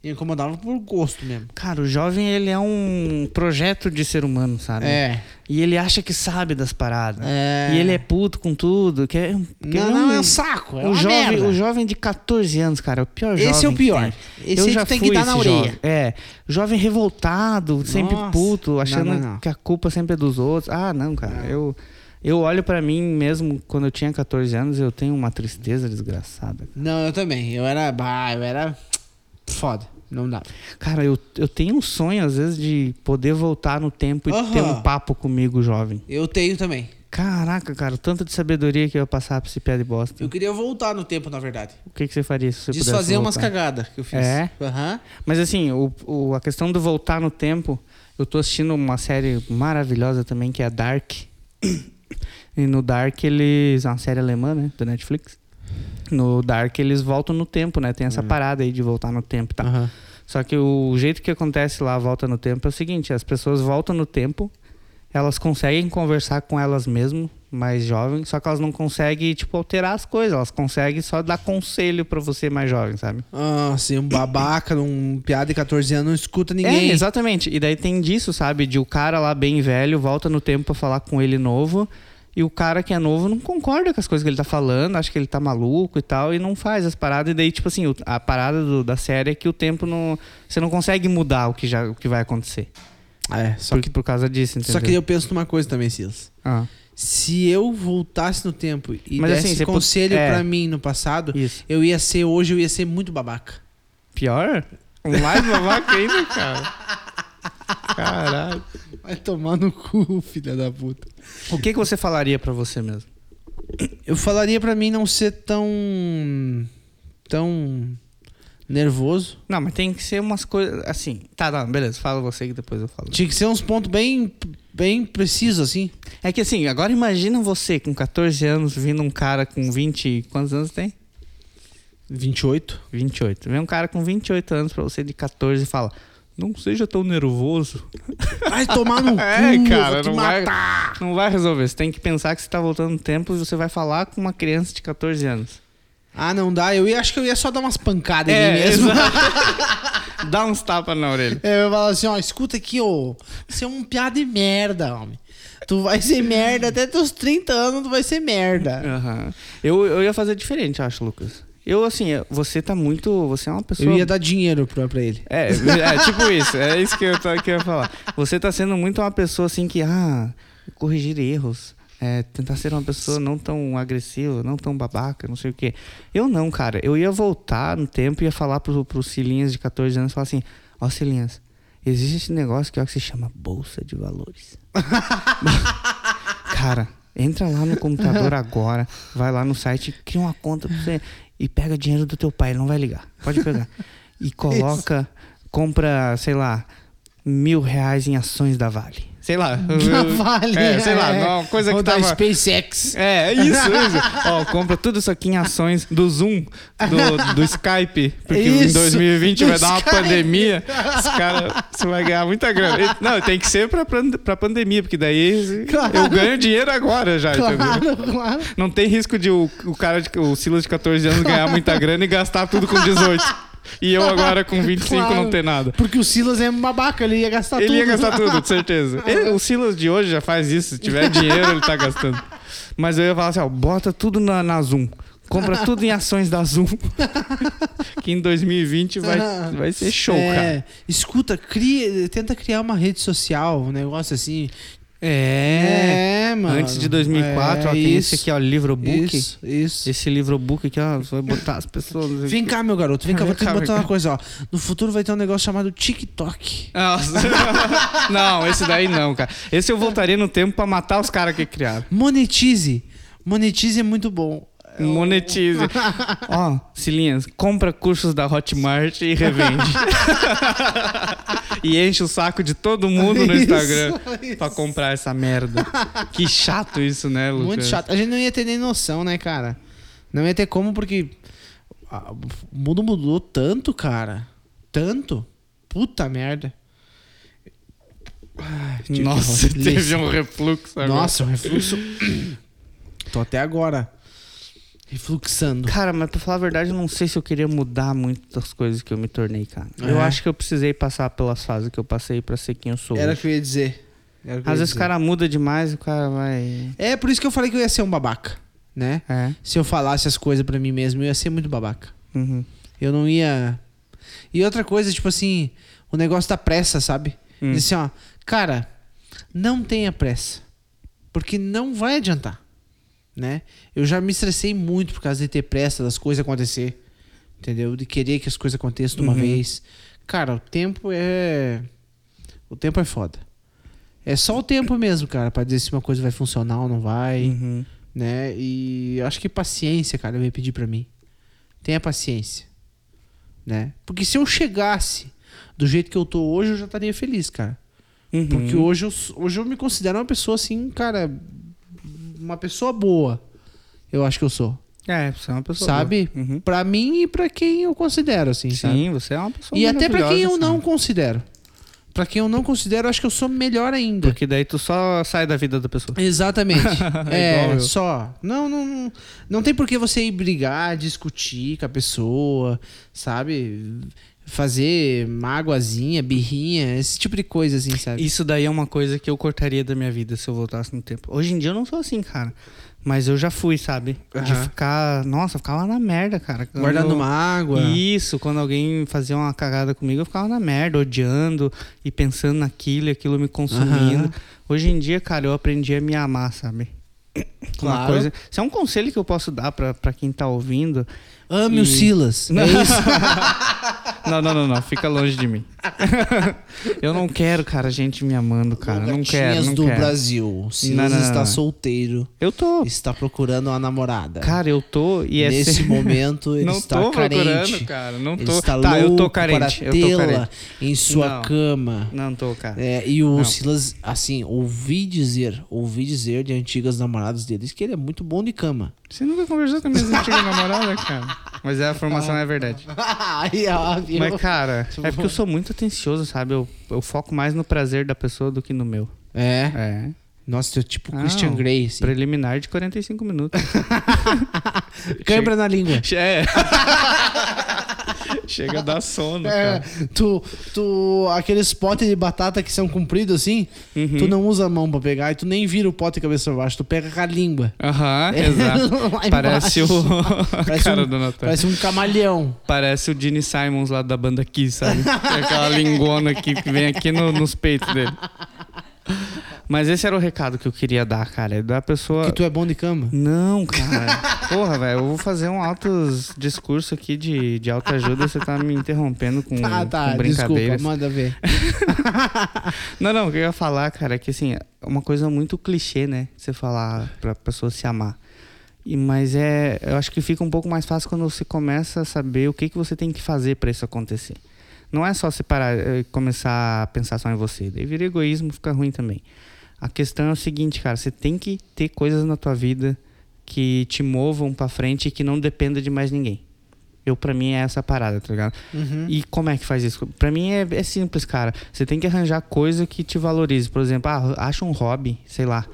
Speaker 5: Eu incomodava por gosto mesmo.
Speaker 1: Cara, o jovem, ele é um projeto de ser humano, sabe?
Speaker 5: É.
Speaker 1: E ele acha que sabe das paradas.
Speaker 5: É.
Speaker 1: Ah, né? E ele é puto com tudo. Que é, que
Speaker 5: Não,
Speaker 1: ele
Speaker 5: não,
Speaker 1: um-
Speaker 5: é um saco. É
Speaker 1: o,
Speaker 5: uma
Speaker 1: jovem,
Speaker 5: merda.
Speaker 1: o jovem de 14 anos, cara, é o pior
Speaker 5: Esse
Speaker 1: jovem.
Speaker 5: é o
Speaker 1: que
Speaker 5: pior.
Speaker 1: tem.
Speaker 5: Esse
Speaker 1: Eu
Speaker 5: aí
Speaker 1: já
Speaker 5: tu tem que
Speaker 1: fui
Speaker 5: dar na
Speaker 1: esse
Speaker 5: orelha.
Speaker 1: jovem. É, jovem revoltado, sempre
Speaker 5: Nossa.
Speaker 1: puto,
Speaker 5: Não,
Speaker 1: achando
Speaker 5: não, não. É.
Speaker 1: que a culpa sempre é dos outros. Ah, não, cara, eu... Eu olho pra mim mesmo quando eu tinha 14 anos, eu tenho uma tristeza desgraçada.
Speaker 5: Não, eu também. Eu era. Bah, eu era. Foda. Não dá.
Speaker 1: Cara, eu, eu tenho um sonho, às vezes, de poder voltar no tempo e
Speaker 5: Aham.
Speaker 1: ter um papo comigo, jovem.
Speaker 5: Eu tenho também.
Speaker 1: Caraca, cara, tanta de sabedoria que eu ia passar pra esse pé de bosta.
Speaker 5: Eu queria voltar no tempo, na verdade.
Speaker 1: O que, que você faria se você pudesse
Speaker 5: Desfazer umas
Speaker 1: voltar?
Speaker 5: cagadas que eu fiz.
Speaker 1: É?
Speaker 5: Aham.
Speaker 1: Mas assim, o, o- a questão do voltar no tempo, eu tô assistindo uma série maravilhosa também, que é a Dark. E no Dark eles. É uma série alemã, né? Da Netflix. No Dark eles voltam no tempo, né? Tem essa parada aí de voltar no tempo e tal.
Speaker 5: Uhum. Aham.
Speaker 1: Só que o jeito que acontece lá a volta no tempo é o seguinte: as pessoas voltam no tempo, elas conseguem conversar com elas mesmas, mais jovens, só que elas não conseguem, tipo, alterar as coisas, elas conseguem só dar conselho pra você mais jovem, sabe?
Speaker 5: Ah, assim, um babaca, um piada de 14 anos, não escuta ninguém.
Speaker 1: É, exatamente. E daí tem disso, sabe? De o cara lá bem velho volta no tempo pra falar com ele novo. E o cara que é novo não concorda com as coisas que ele tá falando, acha que ele tá maluco e tal, e não faz as paradas. E daí, tipo assim, o- a parada do- da série é que o tempo não. Você não consegue mudar o que, já, o que vai acontecer.
Speaker 5: É, só
Speaker 1: por,
Speaker 5: que.
Speaker 1: por causa disso, entendeu?
Speaker 5: Só que eu penso numa coisa também, Silas.
Speaker 1: Ah,
Speaker 5: Se eu voltasse no tempo e
Speaker 1: Mas,
Speaker 5: desse
Speaker 1: assim, você pos-
Speaker 5: conselho
Speaker 1: é.
Speaker 5: pra mim no passado,
Speaker 1: isso.
Speaker 5: eu ia ser hoje, eu ia ser muito babaca.
Speaker 1: Pior? Um mais babaca ainda, cara. Caralho.
Speaker 5: Vai tomar no cu, filha da puta.
Speaker 1: O que, que você falaria pra você mesmo?
Speaker 5: Eu falaria pra mim não ser tão. tão. nervoso.
Speaker 1: Não, mas tem que ser umas coisas assim. Tá, não, beleza, fala você que depois eu falo.
Speaker 5: Tinha que ser uns pontos bem, bem precisos, assim.
Speaker 1: É que assim, agora imagina você com 14 anos vindo um cara com 20. Quantos anos tem?
Speaker 5: 28.
Speaker 1: 28. Vem um cara com 28 anos pra você de 14 e fala: Não seja tão nervoso.
Speaker 5: Vai tomar no cu,
Speaker 1: É, cara,
Speaker 5: eu vou te
Speaker 1: não vai-
Speaker 5: matar.
Speaker 1: Não vai resolver. Você tem que pensar que você tá voltando no tempo e você vai falar com uma criança de 14 anos.
Speaker 5: Ah, não dá. Eu ia, acho que eu ia só dar umas pancadas em mim mesmo.
Speaker 1: exato. Dá uns tapas na orelha.
Speaker 5: É, eu falo assim, ó, escuta aqui, ô. Você é um piada de merda, homem. Tu vai ser merda, até teus 30 anos tu vai ser merda.
Speaker 1: Aham. Eu, eu ia fazer diferente, eu acho, Lucas. Eu, assim, eu- você tá muito. Você é uma pessoa.
Speaker 5: Eu ia dar dinheiro pra, pra ele.
Speaker 1: É, é tipo isso. É isso que eu, tô, que eu ia falar. Você tá sendo muito uma pessoa assim que, ah, corrigir erros. é, tentar ser uma pessoa não tão agressiva, não tão babaca, não sei o quê. Eu não, cara. Eu ia voltar no tempo e ia falar pro, pro Cilinhas de 14 anos, falar assim, ó Cilinhas, existe esse negócio que, ó, que se chama Bolsa de Valores. Cara, entra lá no computador agora, vai lá no site, cria uma conta pra você e pega dinheiro do teu pai, ele não vai ligar. Pode pegar. E coloca, compra, sei lá, mil reais em ações da Vale. Sei lá.
Speaker 5: Da Vale.
Speaker 1: É, sei lá, uma coisa
Speaker 5: Ou
Speaker 1: que
Speaker 5: da
Speaker 1: tava...
Speaker 5: SpaceX.
Speaker 1: É, é isso, é isso. Ó, compra tudo isso aqui em ações do Zoom, do, do Skype, porque em
Speaker 5: Isso,
Speaker 1: 2020
Speaker 5: do
Speaker 1: vai dar uma
Speaker 5: Skype.
Speaker 1: pandemia. Os caras, você vai ganhar muita grana. E- Não, tem que ser pra, pan- pra pandemia, porque daí
Speaker 5: Claro.
Speaker 1: eu ganho dinheiro agora já, entendeu?
Speaker 5: Claro, claro.
Speaker 1: Não tem risco de o, o cara, de, o Silas de 14 anos ganhar muita grana e gastar tudo com 18. E eu agora com 25 não
Speaker 5: Claro.
Speaker 1: ter nada.
Speaker 5: Porque o Silas é um babaca, ele ia gastar tudo. É.
Speaker 1: Ele ia gastar tudo, com certeza. Ele- o Silas de hoje já faz isso. Se tiver dinheiro, ele tá gastando. Mas eu ia falar assim, ó, bota tudo na, na Zoom. Compra tudo em ações da Zoom. que em 2020 vai, vai ser show,
Speaker 5: É,
Speaker 1: cara.
Speaker 5: Escuta, cria, tenta criar uma rede social, um negócio assim.
Speaker 1: É.
Speaker 5: É, mano.
Speaker 1: Antes de 2004,
Speaker 5: É,
Speaker 1: ó, tem esse
Speaker 5: isso,
Speaker 1: aqui, ó, livro book.
Speaker 5: Isso, isso.
Speaker 1: Esse livro book aqui, ó, você vai botar as pessoas...
Speaker 5: Vem cá, meu garoto, vem cá, vou
Speaker 1: Vem
Speaker 5: te
Speaker 1: cá, vem
Speaker 5: botar uma
Speaker 1: cá.
Speaker 5: coisa, ó. No futuro vai ter um negócio chamado TikTok.
Speaker 1: Nossa. não, esse daí não, cara. Esse eu voltaria no tempo pra matar os caras que criaram.
Speaker 5: Monetize. Monetize é muito bom.
Speaker 1: Monetize. Ó, Silinhas, compra cursos da Hotmart e revende. e enche o saco de todo mundo no
Speaker 5: Isso,
Speaker 1: Instagram
Speaker 5: isso.
Speaker 1: pra comprar essa merda. Que chato isso, né, Lucas?
Speaker 5: Muito chato. A gente não ia ter nem noção, né, cara? Não ia ter como, porque ah, o mundo mudou tanto, cara. Tanto. Puta merda. tipo
Speaker 1: Nossa,
Speaker 5: Que
Speaker 1: teve um refluxo agora.
Speaker 5: Nossa, o refluxo. Tô até agora refluxando.
Speaker 1: Cara, mas pra falar a verdade, eu não sei se eu queria mudar muito das coisas que eu me tornei, cara. Eu
Speaker 5: É.
Speaker 1: acho que eu precisei passar pelas fases que eu passei pra ser quem eu sou.
Speaker 5: Era o
Speaker 1: hoje.
Speaker 5: que eu ia dizer. Era o que eu ia
Speaker 1: Às vezes o
Speaker 5: dizer.
Speaker 1: cara muda demais, o cara vai.
Speaker 5: É por isso que eu falei que eu ia ser um babaca, né?
Speaker 1: É.
Speaker 5: Se eu falasse as coisas pra mim mesmo, eu ia ser muito babaca.
Speaker 1: Uhum.
Speaker 5: Eu não ia. E outra coisa, tipo assim, o negócio da pressa, sabe? Diz assim, ó, cara, não tenha pressa. Porque não vai adiantar. Né? Eu já me estressei muito por causa de ter pressa das coisas acontecer. Entendeu? De querer que as coisas aconteçam de uma vez. Cara, o tempo é. O tempo é foda. É só o tempo mesmo, cara, pra dizer se uma coisa vai funcionar ou não vai.
Speaker 1: Uhum.
Speaker 5: Né? E eu acho que paciência, cara, eu ia pedir pra mim. Tenha paciência. Né? Porque se eu chegasse do jeito que eu tô hoje, eu já estaria feliz, cara.
Speaker 1: Uhum.
Speaker 5: Porque hoje eu, s- hoje eu me considero uma pessoa assim, cara. Uma pessoa boa. Eu acho que eu sou.
Speaker 1: É, você é uma pessoa.
Speaker 5: sabe?
Speaker 1: boa. Uhum.
Speaker 5: Pra mim e pra quem eu considero, assim, sabe?
Speaker 1: Sim, você é uma pessoa
Speaker 5: E até pra quem eu
Speaker 1: maravilhosa,
Speaker 5: não
Speaker 1: sabe?
Speaker 5: considero. Pra quem eu não considero, eu acho que eu sou melhor ainda.
Speaker 1: Porque daí tu só sai da vida da pessoa.
Speaker 5: Exatamente. é,
Speaker 1: Igual eu.
Speaker 5: só. Não, não, não, não tem por que você ir brigar, discutir com a pessoa, sabe? Fazer mágoazinha, birrinha, esse tipo de coisa, assim, sabe?
Speaker 1: Isso daí é uma coisa que eu cortaria da minha vida se eu voltasse no tempo. Hoje em dia eu não sou assim, cara. Mas eu já fui, sabe? De
Speaker 5: Aham.
Speaker 1: ficar. Nossa, eu ficava na merda, cara. Quando-
Speaker 5: Guardando mágoa.
Speaker 1: Isso, quando alguém fazia uma cagada comigo, eu ficava na merda, odiando e pensando naquilo e aquilo me consumindo.
Speaker 5: Aham.
Speaker 1: Hoje em dia, cara, eu aprendi a me amar, sabe? Uma
Speaker 5: Claro.
Speaker 1: coisa. Isso é um conselho que eu posso dar pra pra quem tá ouvindo.
Speaker 5: Ame
Speaker 1: E-
Speaker 5: o Silas.
Speaker 1: Não.
Speaker 5: É isso.
Speaker 1: Não, não, não, não. Fica longe de mim. Eu não quero, cara, gente me amando, cara. Não quero,
Speaker 5: Gatinhas
Speaker 1: não
Speaker 5: do
Speaker 1: quero.
Speaker 5: Brasil. O Silas
Speaker 1: Não, não, não,
Speaker 5: está
Speaker 1: não.
Speaker 5: solteiro.
Speaker 1: Eu tô.
Speaker 5: Está procurando uma namorada.
Speaker 1: Cara, eu tô e é
Speaker 5: Nesse
Speaker 1: ser-
Speaker 5: momento ele
Speaker 1: Não
Speaker 5: está
Speaker 1: tô
Speaker 5: carente.
Speaker 1: procurando, cara. Não
Speaker 5: Ele
Speaker 1: tô.
Speaker 5: está
Speaker 1: Tá, eu tô
Speaker 5: louco
Speaker 1: carente,
Speaker 5: para
Speaker 1: eu tô
Speaker 5: tê-la
Speaker 1: carente.
Speaker 5: em sua
Speaker 1: Não.
Speaker 5: cama.
Speaker 1: Não tô, cara.
Speaker 5: É, e o
Speaker 1: Não.
Speaker 5: Silas, assim, ouvi dizer, ouvi dizer de antigas namoradas deles que ele é muito bom de cama.
Speaker 1: Você nunca conversou com a minha antiga namorada, cara? Mas a formação é verdade.
Speaker 4: Aí, ó, viu?
Speaker 1: Mas, cara, é porque eu sou muito atencioso, sabe? Eu, eu foco mais no prazer da pessoa do que no meu.
Speaker 4: É.
Speaker 1: É.
Speaker 4: Nossa, eu tipo
Speaker 1: Ah,
Speaker 4: Christian Grey, assim.
Speaker 1: Preliminar de 45 minutos.
Speaker 4: Câimbra na língua.
Speaker 1: É. Chega a dar sono,
Speaker 4: É,
Speaker 1: cara.
Speaker 4: tu, tu, aqueles potes de batata que são compridos assim,
Speaker 1: Uhum.
Speaker 4: tu não usa a mão pra pegar e tu nem vira o pote cabeça pra baixo, tu pega com a língua.
Speaker 1: Aham, É. exato.
Speaker 4: É. Lá embaixo.
Speaker 1: Parece o. a
Speaker 4: Parece
Speaker 1: cara
Speaker 4: um-
Speaker 1: do Natan.
Speaker 4: Parece um camaleão.
Speaker 1: Parece o Gene Simons lá da banda Kiss, sabe? Tem aquela lingona aqui que vem aqui no- nos peitos dele. Mas esse era o recado que eu queria dar, cara. É da pessoa.
Speaker 4: Que tu é bom de cama.
Speaker 1: Não, cara. Porra, velho, eu vou fazer um altos discurso aqui de, de autoajuda e você tá me interrompendo com,
Speaker 4: Ah, tá,
Speaker 1: com assim.
Speaker 4: desculpa,
Speaker 1: brincadeiras.
Speaker 4: manda ver.
Speaker 1: Não, não, o que eu ia falar, cara, é que assim, é uma coisa muito clichê, né? Você falar pra pessoa se amar. E, mas é. Eu acho que fica um pouco mais fácil quando você começa a saber o que, que você tem que fazer pra isso acontecer. Não é só você parar e começar a pensar só em você. Daí vira egoísmo, fica ruim também. A questão é o seguinte, cara, você tem que ter coisas na tua vida que te movam pra frente e que não dependa de mais ninguém. Eu, pra mim, é essa parada, tá ligado?
Speaker 4: Uhum.
Speaker 1: E como é que faz isso? Pra mim é, é simples, cara. Você tem que arranjar coisa que te valorize. Por exemplo, ah, acha um hobby, sei lá.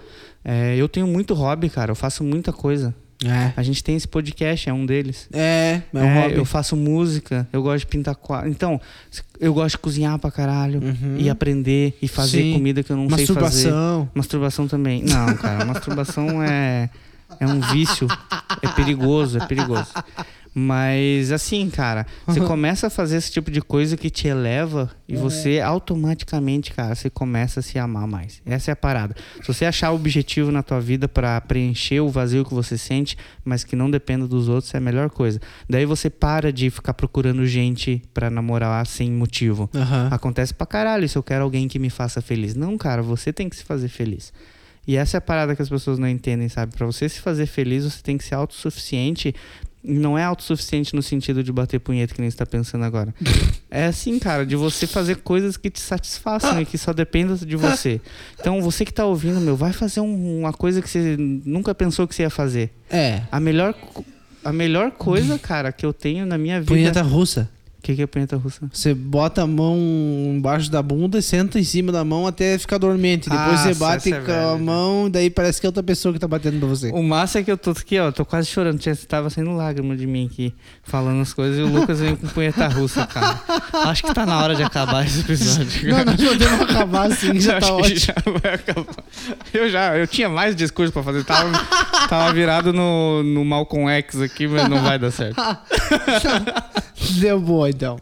Speaker 1: É, eu tenho muito hobby, cara. Eu faço muita coisa.
Speaker 4: É.
Speaker 1: A gente tem esse podcast, é um deles.
Speaker 4: É, é um
Speaker 1: É,
Speaker 4: hobby.
Speaker 1: Eu faço música, eu gosto de pintar quadro. Então, eu gosto de cozinhar pra caralho e aprender e fazer
Speaker 4: Uhum. Sim.
Speaker 1: comida que eu não sei fazer.
Speaker 4: Masturbação.
Speaker 1: Masturbação também. Não, cara, masturbação é, é um vício. É perigoso, é perigoso. Mas assim, cara, você começa a fazer esse tipo de coisa que te eleva e você automaticamente, cara, você começa a se amar mais. Essa é a parada. Se você achar objetivo na tua vida pra preencher o vazio que você sente, mas que não dependa dos outros, é a melhor coisa. Daí você para de ficar procurando gente pra namorar sem motivo.
Speaker 4: Aham.
Speaker 1: Acontece pra caralho se eu quero alguém que me faça feliz. Não, cara, você tem que se fazer feliz. E essa é a parada que as pessoas não entendem, sabe? Pra você se fazer feliz, você tem que ser autossuficiente. E Não é autossuficiente no sentido de bater punheta, que nem você tá pensando agora. É assim, cara, de você fazer coisas que te satisfaçam e que só dependam de você. Então, você que tá ouvindo, meu, vai fazer um- uma coisa que você nunca pensou que você ia fazer.
Speaker 4: É.
Speaker 1: A melhor, co- a melhor coisa, cara, que eu tenho na minha vida.
Speaker 4: Punheta russa.
Speaker 1: O que, que é punheta russa?
Speaker 4: Você bota a mão embaixo da bunda e senta em cima da mão até ficar dormente. Depois
Speaker 1: Ah,
Speaker 4: você
Speaker 1: essa-
Speaker 4: bate
Speaker 1: essa é
Speaker 4: com a
Speaker 1: velha.
Speaker 4: mão, daí parece que é outra pessoa que tá batendo pra você.
Speaker 1: O massa é que eu tô aqui, ó, tô quase chorando. Tinha, tava saindo lágrima de mim aqui, falando as coisas, e o Lucas vem com punheta russa, cara. Acho que tá na hora de acabar esse episódio.
Speaker 4: Não,
Speaker 1: cara.
Speaker 4: nós podemos acabar assim, já tá
Speaker 1: Acho que
Speaker 4: ótimo.
Speaker 1: já vai acabar. Eu já, eu tinha mais discurso pra fazer, tava, tava virado no, no Malcolm X aqui, mas não vai dar certo.
Speaker 4: Deu boa, então.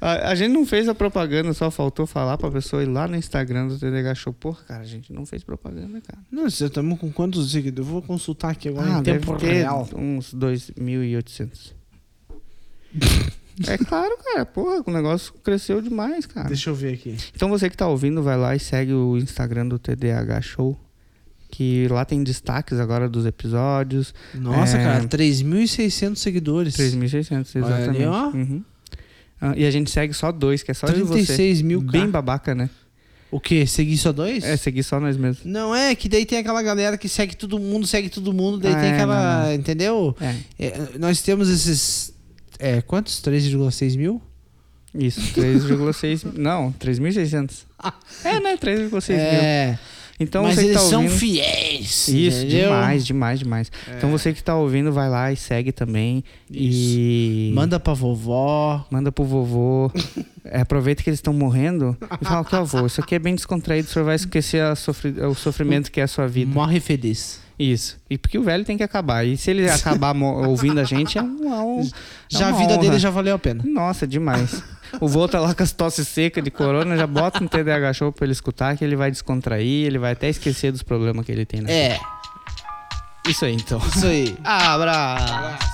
Speaker 1: A, a gente não fez a propaganda, só faltou falar pra pessoa ir lá no Instagram do TDH Show. Porra, cara, a gente não fez propaganda, cara.
Speaker 4: Não, você estamos com quantos seguidores? Eu vou consultar aqui agora em
Speaker 1: deve
Speaker 4: tempo
Speaker 1: ter
Speaker 4: real.
Speaker 1: uns 2.800. é claro, cara. Porra, o negócio cresceu demais, cara.
Speaker 4: Deixa eu ver aqui.
Speaker 1: Então você que tá ouvindo, vai lá e segue o Instagram do TDH Show. Que lá tem destaques agora dos episódios.
Speaker 4: Nossa,
Speaker 1: É.
Speaker 4: cara, 3.600 seguidores.
Speaker 1: 3.600,
Speaker 4: Olha ali,
Speaker 1: exatamente.
Speaker 4: ó.
Speaker 1: Uhum. Ah, e a gente segue só dois, que é só de você.
Speaker 4: 36 mil, cara.
Speaker 1: Bem babaca, né?
Speaker 4: O quê? Seguir só dois?
Speaker 1: É, seguir só nós mesmos.
Speaker 4: Não, é que daí tem aquela galera que segue todo mundo, segue todo mundo, daí
Speaker 1: Ah,
Speaker 4: tem
Speaker 1: é,
Speaker 4: aquela.
Speaker 1: não,
Speaker 4: Entendeu?
Speaker 1: É,
Speaker 4: É, nós temos esses. É, quantos? 3,6 mil?
Speaker 1: isso. 3,6... não, 3.600. É, né? 3,6 mil.
Speaker 4: é,
Speaker 1: Então
Speaker 4: mas
Speaker 1: você que
Speaker 4: eles
Speaker 1: tá
Speaker 4: são
Speaker 1: ouvindo...
Speaker 4: fiéis.
Speaker 1: Isso,
Speaker 4: entendeu? É.
Speaker 1: demais, demais, demais. Então você que tá ouvindo, vai lá e segue também. E.
Speaker 4: Manda pra vovó.
Speaker 1: Manda pro vovô. É, aproveita que eles estão morrendo e fala que avô, isso aqui é bem descontraído, o senhor vai esquecer a sofri- o sofrimento que é a sua vida.
Speaker 4: Morre feliz.
Speaker 1: Isso. E porque o velho tem que acabar. E se ele acabar mo- ouvindo a gente, é um. é um- é
Speaker 4: Já a
Speaker 1: uma
Speaker 4: vida dele
Speaker 1: honra.
Speaker 4: já valeu a pena.
Speaker 1: Nossa, demais. O vô tá lá com as tosse seca de corona, já bota um TDAH show pra ele escutar, que ele vai descontrair, ele vai até esquecer dos problemas que ele tem, né?
Speaker 4: É,
Speaker 1: Isso aí, então.
Speaker 4: isso É. aí.
Speaker 1: Abra!